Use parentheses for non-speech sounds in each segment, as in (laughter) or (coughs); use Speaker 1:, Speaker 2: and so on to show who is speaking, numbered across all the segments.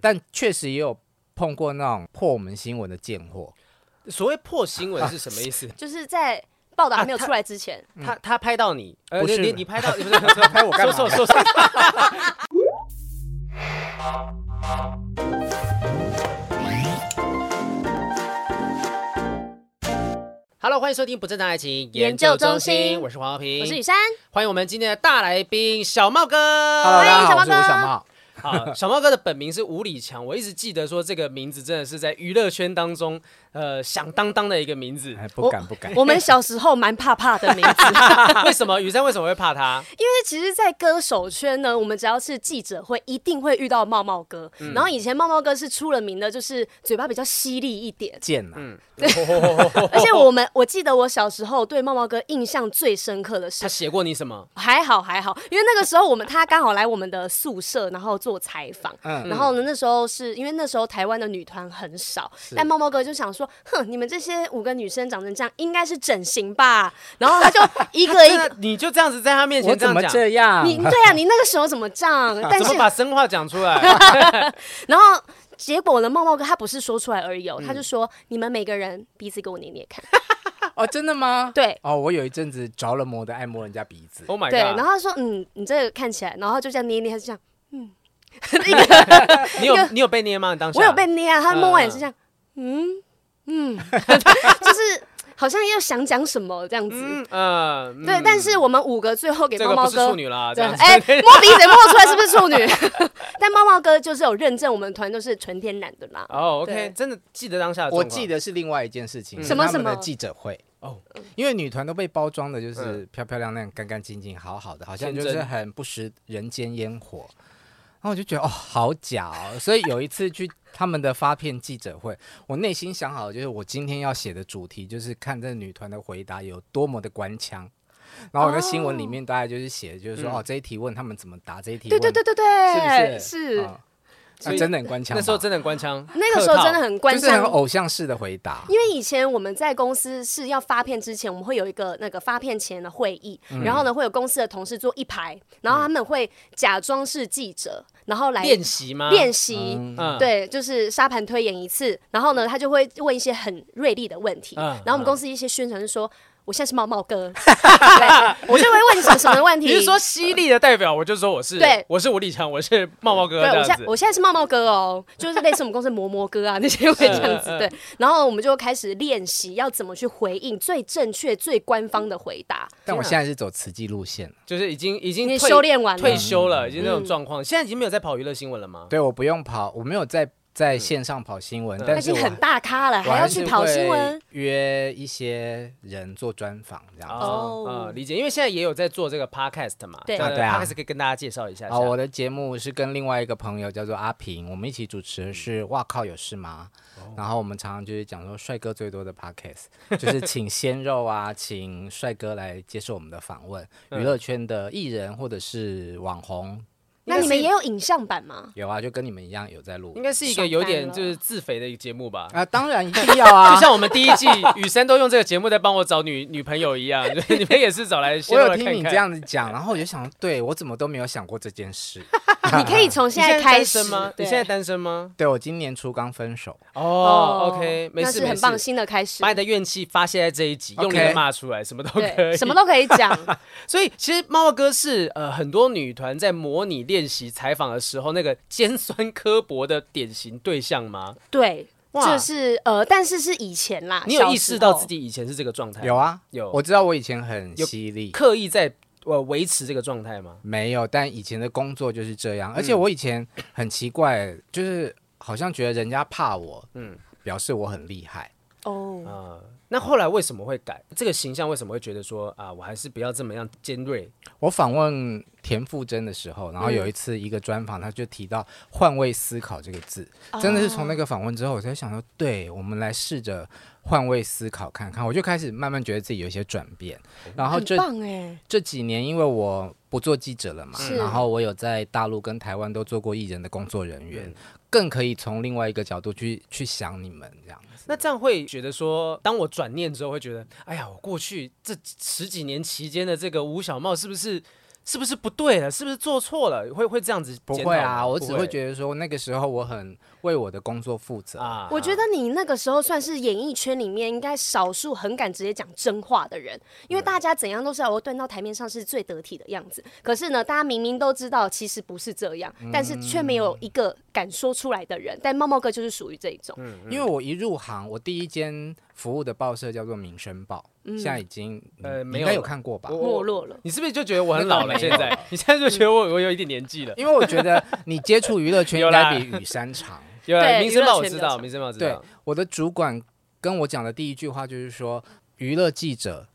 Speaker 1: 但确实也有碰过那种破我们新闻的贱货，
Speaker 2: 所谓破新闻
Speaker 3: 啊
Speaker 2: 是什么意思？
Speaker 3: 就是在报道
Speaker 2: 啊
Speaker 3: 还没有
Speaker 2: 他
Speaker 3: 出来之前，
Speaker 2: 他他拍到你，呃
Speaker 1: 不
Speaker 2: 你
Speaker 1: 是
Speaker 2: 你你拍
Speaker 3: (laughs)
Speaker 2: 到，你不是
Speaker 1: (laughs)
Speaker 2: 拍
Speaker 1: 我干嘛
Speaker 2: 说说说说，Hello，欢迎收听不正常爱情研
Speaker 3: 研
Speaker 2: 究
Speaker 3: 究
Speaker 2: 中
Speaker 3: 中心
Speaker 2: 我是黄浩平，
Speaker 3: 我是雨珊，
Speaker 2: 欢迎我们今天的大来宾小茂哎哥。
Speaker 1: Hello，大家好，我
Speaker 3: 欢
Speaker 1: 是
Speaker 3: 迎
Speaker 1: 吴
Speaker 3: 小
Speaker 1: 小
Speaker 3: 猫
Speaker 1: 茂。
Speaker 2: 好，小猫哥的本名是吴礼强，我一直记得说这个名字真的是在娱乐圈当中，呃，响当当的一个名
Speaker 3: (laughs)
Speaker 2: 字。
Speaker 1: 哎，不敢不敢，
Speaker 3: 我们小时候蛮怕怕的
Speaker 2: (laughs)
Speaker 3: 名字，
Speaker 2: 为什么雨珊为什么会怕他？
Speaker 3: 因为其实，在歌手圈呢，我们只要是记者会，一定会遇到茂茂哥。
Speaker 2: 嗯
Speaker 3: 然后以前茂茂哥是出了名的，就是嘴巴比较犀利一
Speaker 2: 哦
Speaker 3: 点。
Speaker 1: 贱啊呐！
Speaker 2: 嗯
Speaker 3: 而且我们我记得我小时候对茂茂哥印象最深刻的
Speaker 2: (laughs) 他
Speaker 3: 是，
Speaker 2: 写过你什么？
Speaker 3: 还好还好，因为那个时候我们他刚好来我们的宿舍，然后做采访。
Speaker 1: 嗯
Speaker 3: 然后呢，那时候是因为那时候台湾的女团很少，但猫猫哥就想说，哼，你们这些五个女生长成这样，应该是整形吧？
Speaker 2: (laughs)
Speaker 3: 然后他就一个一
Speaker 2: 真的
Speaker 3: 个，
Speaker 2: 你就这样子在他面
Speaker 1: 我
Speaker 2: 前
Speaker 1: 怎
Speaker 2: 这样
Speaker 1: 么
Speaker 2: 讲，
Speaker 1: 这样？
Speaker 3: 你对啊，你那个时候怎么这样？但
Speaker 2: 啊怎
Speaker 3: 是
Speaker 2: 么把生话讲出
Speaker 3: (laughs)
Speaker 2: 来？
Speaker 3: 然后结果呢，茂茂哥他不是说出来而已哦，
Speaker 2: 嗯
Speaker 3: 他就说你们每个人鼻子给我捏捏看，
Speaker 1: 哦，真的吗？
Speaker 3: 对。
Speaker 1: 哦，我有一阵子着了魔的爱摸人家鼻子，
Speaker 2: oh my
Speaker 3: 对，然
Speaker 2: god！
Speaker 3: 后他说，嗯，你这个看起来，然后就这样捏一捏，他就这样，嗯
Speaker 2: (laughs) 你有你有被捏吗？你当时
Speaker 3: 我有被捏啊，他摸完也是这样，嗯 (laughs) 嗯，就是好像又想讲什么这样子，
Speaker 2: 嗯呃嗯
Speaker 3: 对，但是我们五个最后给
Speaker 2: 这
Speaker 3: 猫
Speaker 2: 个
Speaker 3: 猫
Speaker 2: 不是
Speaker 3: 哥
Speaker 2: 处，女啦，这
Speaker 3: 对，
Speaker 2: 样子
Speaker 3: 哎，摸鼻子摸出来是不是处女？ (laughs) 但猫猫哥就是有认证，我们团都是纯天然的啦。
Speaker 2: (laughs) 哦，OK，
Speaker 3: 对
Speaker 2: 真的记得当下的状
Speaker 1: 我
Speaker 2: 况，
Speaker 1: 记得是另外一件事情，
Speaker 2: 嗯
Speaker 1: 是
Speaker 3: 什么
Speaker 1: 他们的
Speaker 3: 什么
Speaker 1: 记者会
Speaker 2: 哦嗯
Speaker 1: 哦，因为女团都被包装的就是漂漂亮亮、干干净净、好好的，好像
Speaker 2: 天
Speaker 1: 就
Speaker 2: 真
Speaker 1: 是很不食人间烟火。然后我就觉得哦，好假哦！所以有一次去他们的发片记者会，我内心想好，就是我今天要写的主题，就是看这女团的回答有多么的官腔。然后我的新闻里面大概就是写，就是说、
Speaker 2: 嗯
Speaker 1: 哦，这一题问他们怎么答，这一题
Speaker 3: 对
Speaker 1: 问
Speaker 3: 对对对
Speaker 1: 是
Speaker 3: 对，
Speaker 1: 不是？啊
Speaker 2: 所
Speaker 1: 啊
Speaker 2: 以
Speaker 1: 真的很官腔吧，
Speaker 2: 那时候真的很官腔，
Speaker 3: (laughs) 那个时候真的
Speaker 2: 客
Speaker 3: 很关
Speaker 1: 就是
Speaker 3: 心
Speaker 1: 很。
Speaker 2: 哦
Speaker 1: 偶像式的回答。
Speaker 3: 因为以前我们在公司是要发片之前，我们会有一个那个发片前的会议，
Speaker 2: 嗯
Speaker 3: 然后呢会有公司的同事坐一排，然后他们会假装是记者，然后来
Speaker 2: 套练习吗？
Speaker 3: 练习，
Speaker 2: 啊
Speaker 1: 啊
Speaker 2: 嗯，
Speaker 3: 对，就是沙盘推演一次，然后呢，他就会问一些很锐利的问题。
Speaker 2: 嗯
Speaker 3: 然后我们公司一些宣传是说，我现在是茂
Speaker 2: (laughs)
Speaker 3: 茂哥，对我就会问你什么什么问题。
Speaker 2: 你是说犀利的代表，我就说我是，
Speaker 3: 对
Speaker 2: 我是吴立强，我是茂茂哥这
Speaker 3: 对，我
Speaker 2: 样
Speaker 3: 现
Speaker 2: 子。
Speaker 3: 我现在是茂茂哥哦，就是类似我们公司摩摩哥啊那些会这样
Speaker 2: (laughs)
Speaker 3: 子
Speaker 2: 嗯嗯嗯
Speaker 3: 对。然后我们就开始练习要怎么去回应最正确、最官方的回答。
Speaker 2: 嗯
Speaker 1: 但我现在是走慈济路线，
Speaker 2: 就是已经已经
Speaker 3: 你
Speaker 2: 退
Speaker 3: 修炼完了嗯
Speaker 2: 退，休了，已经那种状况，现在已经没有在跑娱乐新闻了吗？
Speaker 1: 对，我不用跑，我没有在
Speaker 2: 嗯
Speaker 1: 在线上跑新闻，
Speaker 3: 他
Speaker 1: 但
Speaker 3: 已
Speaker 1: 是
Speaker 3: 经
Speaker 1: 我
Speaker 3: 很大咖了，
Speaker 1: 我
Speaker 3: 还要去
Speaker 1: 是
Speaker 3: 跑
Speaker 1: 会
Speaker 3: 新闻。
Speaker 1: 约一些人做专访这样子。
Speaker 2: 哦
Speaker 3: 哦，
Speaker 2: 呃理解，因为现在也有在做这个 podcast 嘛，
Speaker 3: 对
Speaker 2: 这个
Speaker 1: 啊对啊
Speaker 2: podcast 可以跟大家介绍一下下。
Speaker 3: 啊
Speaker 1: 好，我的节目是跟另外一个朋友叫做阿平，我们一起主持的是
Speaker 2: 嗯
Speaker 1: 《哇靠有事吗》，
Speaker 2: 哦
Speaker 1: 然后我们常常就是讲说帅哥最多的 podcast，就是 (laughs) 请鲜肉啊，
Speaker 2: (laughs)
Speaker 1: 请帅哥来接受我们的访问，
Speaker 2: 嗯
Speaker 1: 娱乐圈的艺人或者是网红
Speaker 3: 那你们也有影像版吗？
Speaker 1: 有啊，就跟你们一样有在录
Speaker 2: 应该是一个有点就是自肥的一个节目吧。
Speaker 1: 啊，当然一定要啊
Speaker 2: 就，像我们第一季雨珊都用这个节目在帮我找女 (laughs) 女朋友一样，就是你们也是找来先
Speaker 1: 我
Speaker 2: 让
Speaker 1: 有
Speaker 2: 我
Speaker 1: 听
Speaker 2: 看
Speaker 1: 你
Speaker 2: 看
Speaker 1: 这。样子讲，然后我就想，对我怎么都没有想过这件事。 (laughs)
Speaker 3: 你可以从
Speaker 2: 你
Speaker 3: 现在开
Speaker 2: 单
Speaker 3: 始
Speaker 2: 身吗？啊你
Speaker 3: 对
Speaker 2: 现在单身吗？
Speaker 1: 对我今年初刚分手，
Speaker 2: 哦，OK，没
Speaker 3: 那
Speaker 2: 事
Speaker 3: 是
Speaker 2: 没
Speaker 3: 很
Speaker 2: 事，
Speaker 3: 棒新的开始
Speaker 2: 把。你的怨气发泄在这一集，用力
Speaker 1: OK
Speaker 2: 的骂出来，什么都可以，
Speaker 3: 对，什么都可以讲。
Speaker 2: (laughs) 所以其实猫哥是呃很多女团在模拟练习采访的时候那个尖酸刻薄的典型对象吗？
Speaker 3: 对，
Speaker 2: 哇
Speaker 3: 就是呃，但是是以前啦。
Speaker 2: 你有意
Speaker 3: 啊小时
Speaker 2: 识到
Speaker 3: 候
Speaker 2: 自？己以前是这个状态？
Speaker 1: 有啊，
Speaker 2: 嗯有
Speaker 1: 我知道我以前很
Speaker 2: 有
Speaker 1: 犀利，
Speaker 2: 刻意在呃维持这个状态吗？
Speaker 1: 没有，但以前的工作就是这
Speaker 2: 嗯
Speaker 1: 样，而且我以前很奇怪，就是好像觉得人家怕我，
Speaker 2: 嗯
Speaker 1: 嗯，表示我很厉害。
Speaker 2: 啊、
Speaker 3: 哦，
Speaker 2: 那后来为什么会改这个形象？为什么会觉得说啊、我还是不要这么样尖锐？
Speaker 1: 我访问田馥甄的时候，然后有一次一个专访，他就提到“换位思考”这个字，哦真的是从那个访问之后，我才想说，对我们来试着换位思考看看。我就开始慢慢觉得自己有一些转变，哦然后
Speaker 3: 很
Speaker 1: 这
Speaker 3: 棒哎，
Speaker 1: 这几年因为我不做记者了嘛
Speaker 3: 是，
Speaker 1: 然后我有在大陆跟台湾都做过艺人的工作人员，更可以从另外一个角度去去想你们这样子。
Speaker 2: 那这样会觉得说，当我转念之后，会觉得，哎呀，我过去这十几年期间的这个吴小茂是不是是不是不对了？是不是做错了？会会这样子？
Speaker 1: 不会啊，我只会觉得说那个时候我很为我的工作负责。
Speaker 2: 啊
Speaker 3: 我觉得你那个时候算是演艺圈里面应该少数很敢直接讲真话的人，因为大家怎样都是要我端到台面上是最得体的样子。可是呢，大家明明都知道其实不是这样，
Speaker 2: 嗯
Speaker 3: 但是却没有一个敢说出来的人。但茂茂哥就是属于这一种，
Speaker 2: 嗯
Speaker 1: 因为我一入行，我第一间服务的报社叫做《民生报》，现在已经
Speaker 2: 呃
Speaker 1: 你
Speaker 2: 没
Speaker 1: 应
Speaker 2: 有
Speaker 1: 该
Speaker 2: 了
Speaker 1: 有看过吧？
Speaker 2: 我
Speaker 3: 没落了。
Speaker 2: 你是不是就觉得我很老了？现在你现在就觉得我我 (laughs) 有一点年纪了。
Speaker 1: 因为我觉得你接触娱乐圈
Speaker 2: 有
Speaker 1: 应
Speaker 2: 啦
Speaker 1: 该比雨山长。
Speaker 2: 有啊啦
Speaker 3: 对
Speaker 2: 民生报我
Speaker 3: 娱乐圈
Speaker 2: 知
Speaker 3: 比较
Speaker 2: 道，
Speaker 3: 长
Speaker 2: 民生报我知
Speaker 1: 对
Speaker 2: 道。，
Speaker 1: 我的主管跟我讲的第一句话就是说，娱乐记者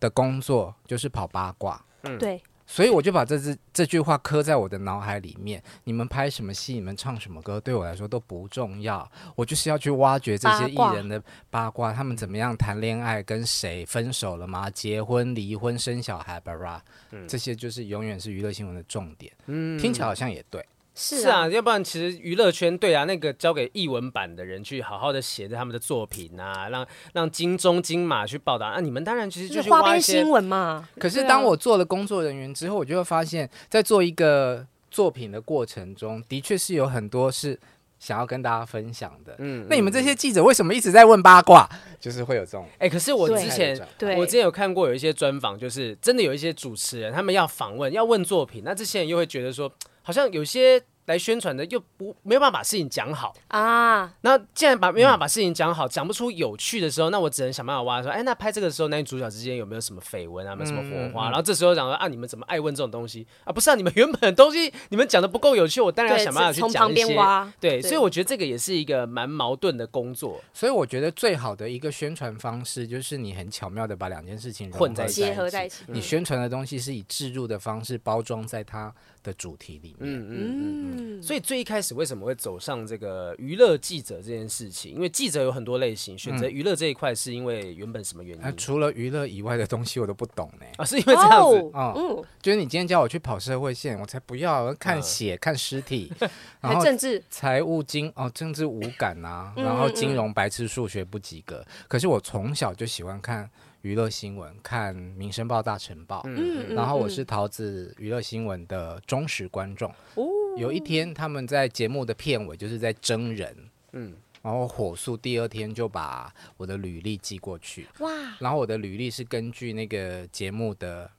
Speaker 1: 的工作就是跑八卦。
Speaker 2: 嗯
Speaker 3: 对，
Speaker 1: 所以我就把这句这句话刻在我的脑海里面。你们拍什么戏，你们唱什么歌，对我来说都不重要。我就是要去挖掘这些艺人的八卦，他们怎么样谈恋爱，跟谁分手了吗？结婚、离婚、生小孩，巴拉，这些就是永远是娱乐新闻的重点。嗯，听起来好像也对。
Speaker 3: 是
Speaker 2: 是啊，，要不然其实娱乐圈对啊，那个交给译文版的人去好好的写着他们的作品啊，让让金钟金马去报道啊，你们当然其实
Speaker 3: 就
Speaker 2: 就是去
Speaker 3: 花
Speaker 2: 挖一
Speaker 3: 边
Speaker 2: 些
Speaker 3: 新闻嘛。
Speaker 1: 可是
Speaker 3: 对啊
Speaker 1: 当我做了工作人员之后，我就会发现，在做一个作品的过程中，的确是有很多是想要跟大家分享的。嗯，那你们这些记者为什么一直在问八卦？就是会有这种。
Speaker 2: 哎、可是我
Speaker 3: 对
Speaker 2: 之前
Speaker 3: 对
Speaker 2: 我之前有看过有一些专访，就是真的有一些主持人他们要访问要问作品，那这些人又会觉得说，好像有些来宣传的又不没有办法把事情讲好。
Speaker 3: 啊，
Speaker 2: 那既然把没办法把事情讲好，讲、不出有趣的时候，那我只能想办法挖说，哎、那拍这个时候男女主角之间有没有什么绯闻啊，有没有什么火
Speaker 3: 嗯
Speaker 2: 花？然后这时候讲说啊，你们怎么爱问这种东西啊？不是啊，你们原本的东西你们讲的不够有趣，我当然要
Speaker 3: 对，
Speaker 2: 想办法去
Speaker 3: 从
Speaker 2: 讲
Speaker 3: 旁
Speaker 2: 一
Speaker 3: 边
Speaker 2: 些。
Speaker 3: 挖，
Speaker 2: 对，
Speaker 3: 对
Speaker 2: 所以我觉得这个也是一个蛮矛盾的工作，
Speaker 1: 所以我觉得最好的一个宣传方式，就是你很巧妙的把两件事情融
Speaker 2: 混在
Speaker 1: 在
Speaker 2: 一起
Speaker 1: 一
Speaker 3: 结合
Speaker 1: 起
Speaker 3: 在一起。嗯
Speaker 1: 你宣传的东西是以置入的方式包装在它的主题里面。
Speaker 3: 嗯，
Speaker 2: 所以最一开始为什么会走上这个娱乐记者这件事情？因为记者有很多类型，选
Speaker 3: 嗯
Speaker 2: 择娱乐这一块是因为原本什么原因、
Speaker 3: 啊
Speaker 1: 那、除了娱乐以外的东西，我都不懂呢、
Speaker 2: 啊？是因为这样子，
Speaker 1: 哦
Speaker 3: 嗯，
Speaker 1: 就是你今天叫我去跑社会线，我才不要看血、看尸体，然
Speaker 3: 还
Speaker 1: 后
Speaker 3: 政治
Speaker 1: 财务经哦，政治无感啊，
Speaker 3: 嗯
Speaker 1: 然后金融白痴，数学不及格。可是我从小就喜欢看娱乐新闻，看《民生报》《大成报》
Speaker 3: 嗯
Speaker 1: 然后我是桃子娱乐新闻的忠实观众。
Speaker 3: 哦
Speaker 1: 有一天他们在节目的片尾就是在征人，
Speaker 2: 嗯
Speaker 1: 然后火速第二天就把我的履历寄过去，
Speaker 3: 哇，
Speaker 1: 然后我的履历是根据那个节目的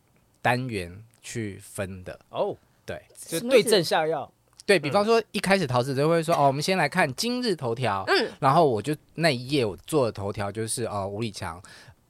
Speaker 1: 单元去分的。
Speaker 2: 哦，
Speaker 1: 对
Speaker 2: 就
Speaker 3: 什么
Speaker 2: 对
Speaker 3: 意思
Speaker 2: 症下药，
Speaker 1: 对
Speaker 3: 嗯
Speaker 1: 比方说，一开始桃子就会说：“哦，我们先来看今日头条。”嗯，然后我就那一页我做的头条就是哦，吴礼强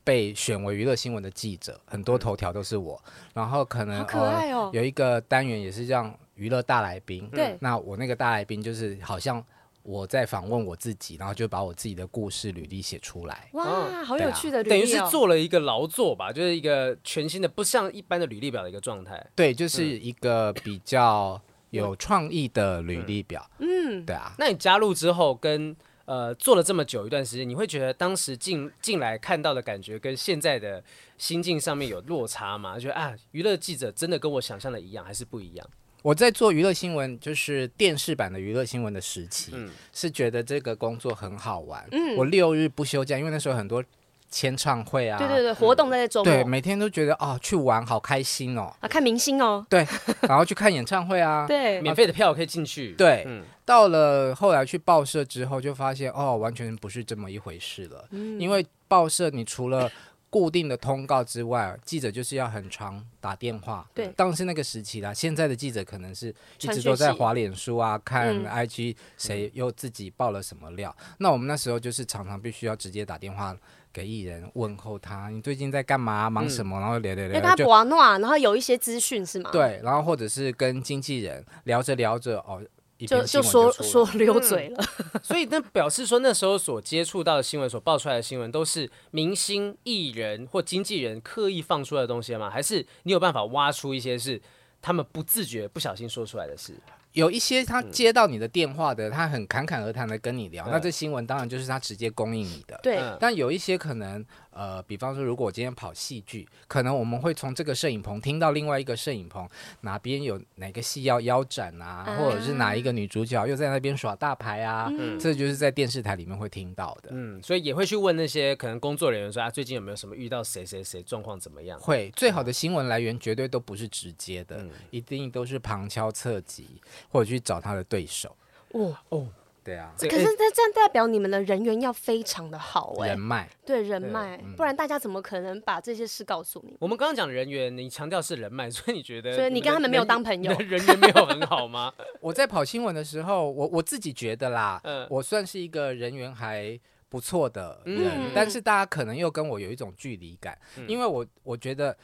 Speaker 1: 被选为娱乐新闻的记者，很多头条都是我。然后可能
Speaker 3: 嗯好可爱哦
Speaker 1: 呃有一个单元也是这样，娱乐大来宾。
Speaker 3: 对
Speaker 1: 那我那个大来宾就是好像我在访问我自己，然后就把我自己的故事履历写出来。
Speaker 3: 哇，好
Speaker 1: 对
Speaker 3: 有
Speaker 1: 啊
Speaker 3: 趣的履
Speaker 2: 等于
Speaker 3: 历
Speaker 2: 是
Speaker 3: 哦，
Speaker 2: 做了一个劳作吧，就是一个全新的，不像一般的履历表的一个状态。
Speaker 1: 对，就是
Speaker 3: 嗯
Speaker 1: 一个比较有创意的履历表。嗯，对啊。
Speaker 2: 那你加入之后跟。呃，做了这么久一段时间，你会觉得当时进进来看到的感觉跟现在的心境上面有落差吗？觉得啊，娱乐记者真的跟我想象的一样，还是不一样？
Speaker 1: 我在做娱乐新闻，就是电视版的娱乐新闻的时期，是觉得这个工作很好玩。
Speaker 3: 嗯
Speaker 1: 我六日不休假，因为那时候很多签唱会啊，
Speaker 3: 对对对，活动在周
Speaker 1: 对
Speaker 3: 末
Speaker 1: 每天都觉得哦，去玩好开心哦，
Speaker 3: 啊，看明星哦，
Speaker 1: 对，然后去看演唱会
Speaker 3: (laughs)
Speaker 1: 啊，
Speaker 3: 对，
Speaker 2: 免费的票可以进去。
Speaker 1: 对，到了后来去报社之后，就发现哦，完全不是这么一回事了。
Speaker 3: 嗯
Speaker 1: 因为报社你除了固定的通告之外，记者就是要很常打电话。
Speaker 3: 对
Speaker 1: 当时那个时期啦，现在的记者可能是一
Speaker 3: 传
Speaker 1: 直
Speaker 3: 讯
Speaker 1: 都在
Speaker 3: 息
Speaker 1: 滑脸书啊，看
Speaker 3: 嗯
Speaker 1: IG 谁又自己爆了什么料。那我们那时候就是常常必须要直接打电话。给艺人问候他，你最近在干嘛？忙什么？然后聊聊
Speaker 3: 要
Speaker 1: 聊，
Speaker 3: 跟他
Speaker 1: 就
Speaker 3: 玩暖，然后有一些资讯是吗？，
Speaker 1: 对，然后或者是跟经纪人聊着聊着，哦，一
Speaker 3: 就
Speaker 1: 篇新
Speaker 3: 就
Speaker 1: 闻
Speaker 3: 说
Speaker 1: 出来
Speaker 3: 说溜嘴了，
Speaker 2: 所以那表示说，那时候所接触到的新闻，所爆出来的新闻，都是明星、艺人或经纪人刻意放出来的东西吗？还是你有办法挖出一些是他们不自觉、不小心说出来的事？
Speaker 1: 有一些他接到你的电话的，他很侃侃而谈的跟你聊，
Speaker 2: 嗯
Speaker 1: 那这新闻当然就是他直接供应你的。
Speaker 3: 对，
Speaker 2: 嗯
Speaker 1: 但有一些可能，呃，比方说，如果我今天跑戏剧，可能我们会从这个摄影棚听到另外一个摄影棚哪边有哪个戏要腰斩啊，
Speaker 3: 啊
Speaker 1: 或者是哪一个女主角又在那边耍大牌啊，这就是在电视台里面会听到的。
Speaker 2: 嗯，所以也会去问那些可能工作人员说啊，最近有没有什么遇到谁谁谁状况怎么样？
Speaker 1: 会最好的新闻来源绝对都不是直接的，
Speaker 2: 嗯
Speaker 1: 一定都是旁敲侧击，或者去找他的对手。
Speaker 3: 哦，
Speaker 1: 对啊，
Speaker 2: 这
Speaker 3: 可
Speaker 2: 哎
Speaker 3: 是那这样代表你们的人缘要非常的好哎、
Speaker 1: 人脉
Speaker 3: 对人脉，不然大家怎么可能把这些事告诉你？
Speaker 2: 我们刚刚讲人员，你强调是人脉， (laughs) 所以你觉得，
Speaker 3: 所以你跟他们没有当朋友
Speaker 2: 你的人缘没有很好
Speaker 3: (laughs)
Speaker 2: 吗？
Speaker 1: 我在跑新闻的时候，我我自己觉得啦，
Speaker 2: 嗯
Speaker 1: 我算是一个人缘还不错的人，
Speaker 2: 嗯
Speaker 1: 但是大家可能又跟我有一种距离感，因为我我觉得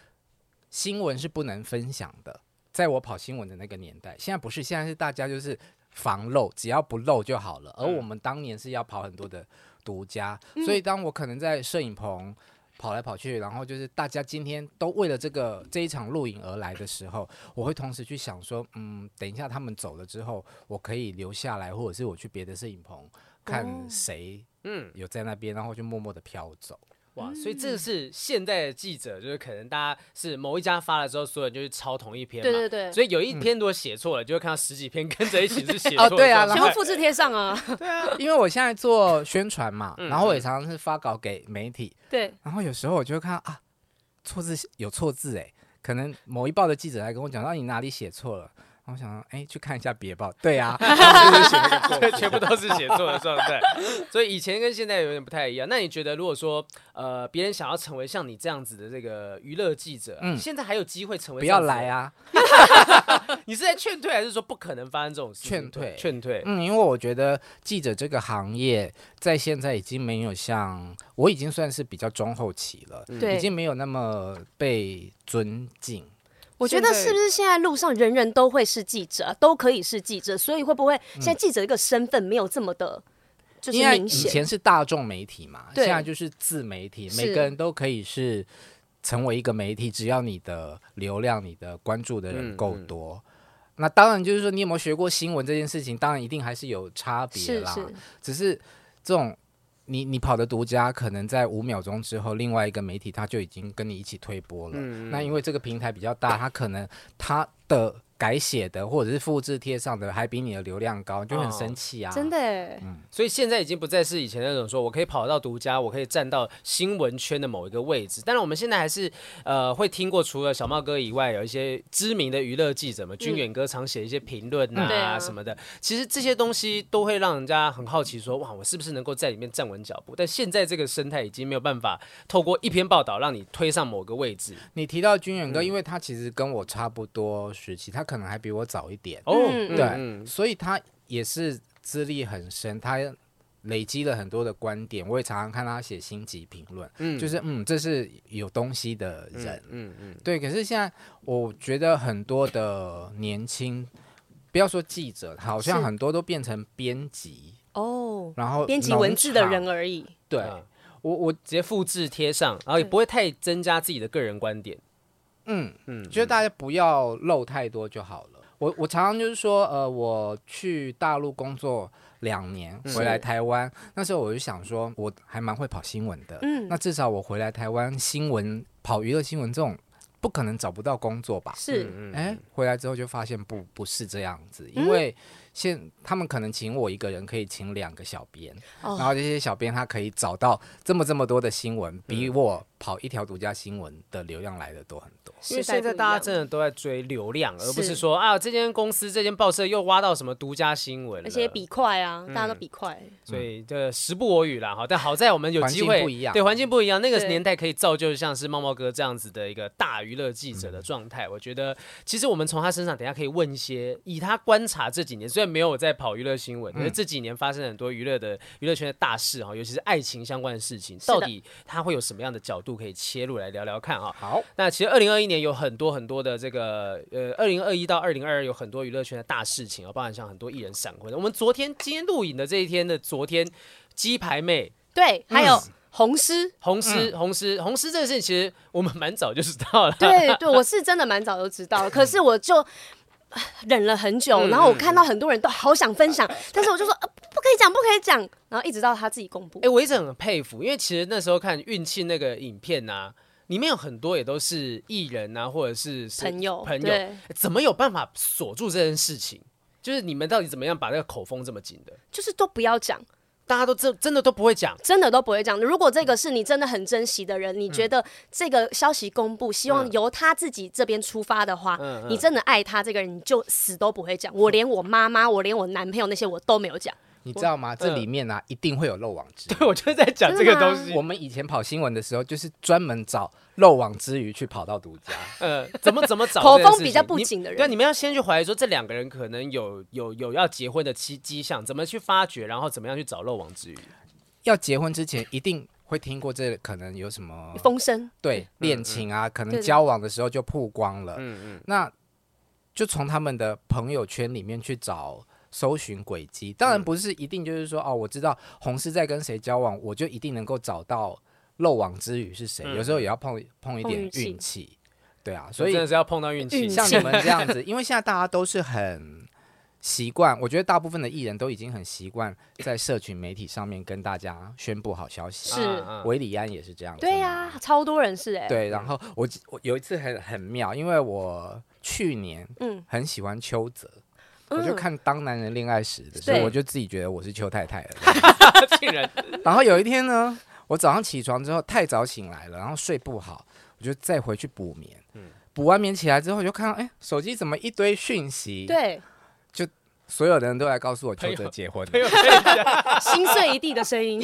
Speaker 1: 新闻是不能分享的，在我跑新闻的那个年代，现在不是，现在是大家就是防漏，只要不漏就好了，而
Speaker 2: 嗯
Speaker 1: 我们当年是要跑很多的独家，所以当我可能在摄影棚。跑来跑去，然后就是大家今天都为了这个这一场录影而来的时候，我会同时去想说，嗯，等一下他们走了之后，我可以留下来，或者是我去别的摄影棚看谁
Speaker 2: 哦嗯，
Speaker 1: 有在那边，然后就默默的飘走。 (laughs)
Speaker 2: 哇，所以这
Speaker 3: 嗯
Speaker 2: 个是现代的记者，就是可能大家是某一家发了之后，所有人就去抄同一篇嘛。
Speaker 3: 对对对，
Speaker 2: 所以有一篇如果写错了，就会看到十几篇跟着一起是写
Speaker 1: 哦
Speaker 2: 错的状态。
Speaker 1: 对啊然
Speaker 3: 全
Speaker 1: 后
Speaker 3: 部复制贴上啊，
Speaker 1: 因为我现在做宣传嘛，
Speaker 2: 嗯
Speaker 1: 然后我也常常是发稿给媒体，
Speaker 3: 对，
Speaker 1: 然后有时候我就会看到啊，错字有错字哎，可能某一报的记者来跟我讲，到啊你哪里写错了。然后我想说，哎，去看一下别报。对
Speaker 2: (laughs)
Speaker 1: 啊，
Speaker 2: 对， (laughs) 全部都是写错的状态。所以以前跟现在有点不太一样。那你觉得，如果说呃，别人想要成为像你这样子的这个娱乐记者啊，
Speaker 1: 嗯
Speaker 2: 现在还有机会成为？
Speaker 1: 不要来
Speaker 2: 啊！
Speaker 1: 啊！
Speaker 2: 你是在劝退，还是说不可能发生这种事情？
Speaker 1: 劝退
Speaker 2: 劝退。
Speaker 1: 嗯，因为我觉得记者这个行业在现在已经没有像我已经算是比较中后期了，
Speaker 3: 对
Speaker 1: 已经没有那么被尊敬。
Speaker 3: 我觉得是不是现在路上人人都会是记者，都可以是记者，所以会不会现在记者这个身份没有这么的，就
Speaker 1: 嗯
Speaker 3: 是
Speaker 1: 因为
Speaker 3: 明
Speaker 1: 以
Speaker 3: 显？
Speaker 1: 前是大众媒体嘛，
Speaker 3: 对
Speaker 1: 现在就是自媒体，
Speaker 3: 是
Speaker 1: 每个人都可以是成为一个媒体，只要你的流量、你的关注的人够多。那当然，就是说你有没有学过新闻这件事情，当然一定还是有差别
Speaker 3: 是
Speaker 1: 啦。
Speaker 3: 是，
Speaker 1: 只是这种你你跑的独家，可能在五秒钟之后，另外一个媒体他就已经跟你一起推播了。那因为这个平台比较大，他可能他的改写的或者是复制贴上的还比你的流量高，就很
Speaker 2: 哦
Speaker 1: 生气啊！
Speaker 3: 真的耶，
Speaker 2: 所以现在已经不再是以前那种说我可以跑到独家，我可以站到新闻圈的某一个位置。当然，我们现在还是呃会听过，除了小茂哥以外，有一些知名的娱乐记者嘛，君远哥常写一些评论
Speaker 3: 嗯对
Speaker 2: 啊
Speaker 3: 啊
Speaker 2: 什么的。其实这些东西都会让人家很好奇说哇，我是不是能够在里面站稳脚步？但现在这个生态已经没有办法透过一篇报道让你推上某个位置
Speaker 1: 你提到军远哥，因为他其实跟我差不多时期，他可能还比我早一点，
Speaker 2: 哦。
Speaker 3: 嗯
Speaker 2: 嗯
Speaker 1: 对，
Speaker 2: 嗯
Speaker 1: 所以他也是资历很深，他累积了很多的观点。我也常常看他写星级评论，就是嗯，这是有东西的人，嗯嗯，对。可是现在我觉得很多的年轻，不要说记者，好像
Speaker 3: 是
Speaker 1: 很多都变成编辑，
Speaker 3: 哦，
Speaker 1: 然后
Speaker 3: 编辑文字的
Speaker 1: 农场
Speaker 3: 人，哦而已，
Speaker 1: 对
Speaker 2: 嗯
Speaker 1: 我我
Speaker 2: 直接复制贴上，然后也不会太增加自己的个人观点。
Speaker 1: 嗯嗯，觉得大家不要漏太多就好了。我我常常就是说，呃，我去大陆工作两年，回来台湾，那时候我就想说，我还蛮会跑新闻的，
Speaker 3: 嗯
Speaker 1: 那至少我回来台湾新闻跑娱乐新闻这种，不可能找不到工作吧？
Speaker 2: 嗯
Speaker 3: 是
Speaker 1: 哎、回来之后就发现不不是这样子，
Speaker 3: 嗯
Speaker 1: 因为现他们可能请我一个人可以请两个小编，
Speaker 3: 哦
Speaker 1: 然后这些小编他可以找到这么这么多的新闻，比我跑一条独家新闻的流量来的多很多。
Speaker 2: 因为
Speaker 3: 时代
Speaker 2: 现在
Speaker 3: 不一
Speaker 2: 大家
Speaker 3: 样
Speaker 2: 真的都在追流量，而不是
Speaker 3: 是
Speaker 2: 说啊，这间公司、这间报社又挖到什么独家新闻了，
Speaker 3: 而且比快啊，
Speaker 1: 嗯
Speaker 3: 大家都比快，
Speaker 2: 所以这时不我与啦哈。但好在我们有
Speaker 1: 环
Speaker 2: 机
Speaker 1: 境
Speaker 2: 会，
Speaker 1: 不一样
Speaker 2: 对环境不一样，那个
Speaker 3: 对
Speaker 2: 年代可以造就像是茂茂哥这样子的一个大娱乐记者的状态。我觉得其实我们从他身上，等一下可以问一些，以他观察这几年，虽然没有在跑娱乐新闻，可
Speaker 3: 嗯
Speaker 2: 是这几年发生很多娱乐的娱乐圈的大事哈，尤其是爱情相关的事情，
Speaker 3: 的
Speaker 2: 到底他会有什么样的角度可以切入来聊聊看啊？
Speaker 1: 好，
Speaker 2: 那其实二零二一年有很多很多的这个呃，二零二一到二零二二有很多娱乐圈的大事情哦，包含像很多艺人闪婚。我们昨天今天录影的这一天的昨天，鸡排妹。
Speaker 1: 嗯
Speaker 3: 对，还有
Speaker 1: (laughs)
Speaker 3: 红狮。
Speaker 2: 红狮、
Speaker 3: 嗯
Speaker 2: 红狮、红狮这个事情，
Speaker 3: (laughs)
Speaker 2: 其实我们蛮早就知道了。
Speaker 1: (laughs)
Speaker 3: 对对，我是真的蛮早就知道了，可是我就。 (sighs) 忍了很
Speaker 1: 嗯
Speaker 3: 久，然后我看到很多人都好想分享，但是我就说、呃、不可以讲，不可以讲，然后一直到他自己公布
Speaker 2: 哎、。我一直很佩服，因为其实那时候看运气那个影片呐、里面有很多也都是艺人啊，或者是谁
Speaker 3: 朋友
Speaker 2: 朋友
Speaker 3: 对，
Speaker 2: 怎么有办法锁住这件事情？就是你们到底怎么样把那个口风这么紧的？
Speaker 3: 就是都不要讲，
Speaker 2: 大家都真真的都不会讲，
Speaker 3: 真的都不会讲。如果这个是你真的很珍惜的
Speaker 2: 嗯
Speaker 3: 人，你觉得这个消息公布，希望由他自己这边出发的话，
Speaker 2: 嗯嗯
Speaker 3: 你真的爱他这个人，你就死都不会讲。我连我妈妈，我连我男朋友那些我嗯都没有讲。
Speaker 1: 你知道吗？这里面呢、一定会有漏网之鱼。
Speaker 3: (laughs)
Speaker 2: 对我就是在讲这个
Speaker 3: 真的
Speaker 2: 东
Speaker 3: 吗
Speaker 2: 西。
Speaker 1: 我们以前跑新闻的时候，就是专门找漏网之鱼去跑到独家。 (laughs)
Speaker 2: 呃，怎么怎么找
Speaker 3: 口
Speaker 2: 这件
Speaker 3: 风
Speaker 2: 事
Speaker 3: 比较
Speaker 2: 情
Speaker 3: 不
Speaker 2: 你
Speaker 3: 紧的人
Speaker 2: 对，啊你们要先去怀疑说这两个人可能有有有要结婚的迹迹象，怎么去发掘，然后怎么样去找漏网之鱼？
Speaker 1: 要结婚之前，一定会听过这可能有什么
Speaker 2: 哦
Speaker 3: 风声
Speaker 1: 对恋情啊，可
Speaker 3: 对
Speaker 1: 能
Speaker 3: 对
Speaker 1: 交往的时候就曝光了。嗯嗯，那就从他们的朋友圈里面去找搜寻轨迹。当
Speaker 3: 嗯
Speaker 1: 然不是一定就是说哦，我知道红是在跟谁交往，我就一定能够找到漏网之鱼是谁。有时候也要碰碰一
Speaker 3: 嗯碰
Speaker 1: 点
Speaker 3: 运气嗯
Speaker 1: 运气，对啊。所以
Speaker 2: 真的是要碰到运气
Speaker 3: 运。
Speaker 1: 像
Speaker 2: (laughs)
Speaker 1: 你们这样子，因为现在大家都是很习惯，我觉得大部分的艺人都已经很习惯在社群媒体上面跟大家宣布好消息。
Speaker 3: 是
Speaker 2: 啊啊
Speaker 1: 韦礼安也是这样子。
Speaker 3: 对呀、超多人是哎、
Speaker 1: 对，然后我记我有一次很很妙，因为我去年
Speaker 3: 嗯
Speaker 1: 很喜欢邱泽。我就
Speaker 3: 嗯
Speaker 1: 看《当男人恋爱时》的时候，
Speaker 3: 对
Speaker 1: 我就自己觉得我是邱太太了。
Speaker 2: (laughs) 竟然
Speaker 1: 然后有一天呢，我早上起床之后太早醒来了，然后睡不好，我就再回去补眠。
Speaker 2: 嗯
Speaker 1: 补完眠起来之后，我就看到哎、手机怎么一堆讯息？，
Speaker 3: 对，
Speaker 1: 所有的人都来告诉我
Speaker 2: 朋
Speaker 1: 邱泽
Speaker 2: 友
Speaker 1: 结婚了。
Speaker 2: 没有跟你讲，
Speaker 3: 心碎一地的声音，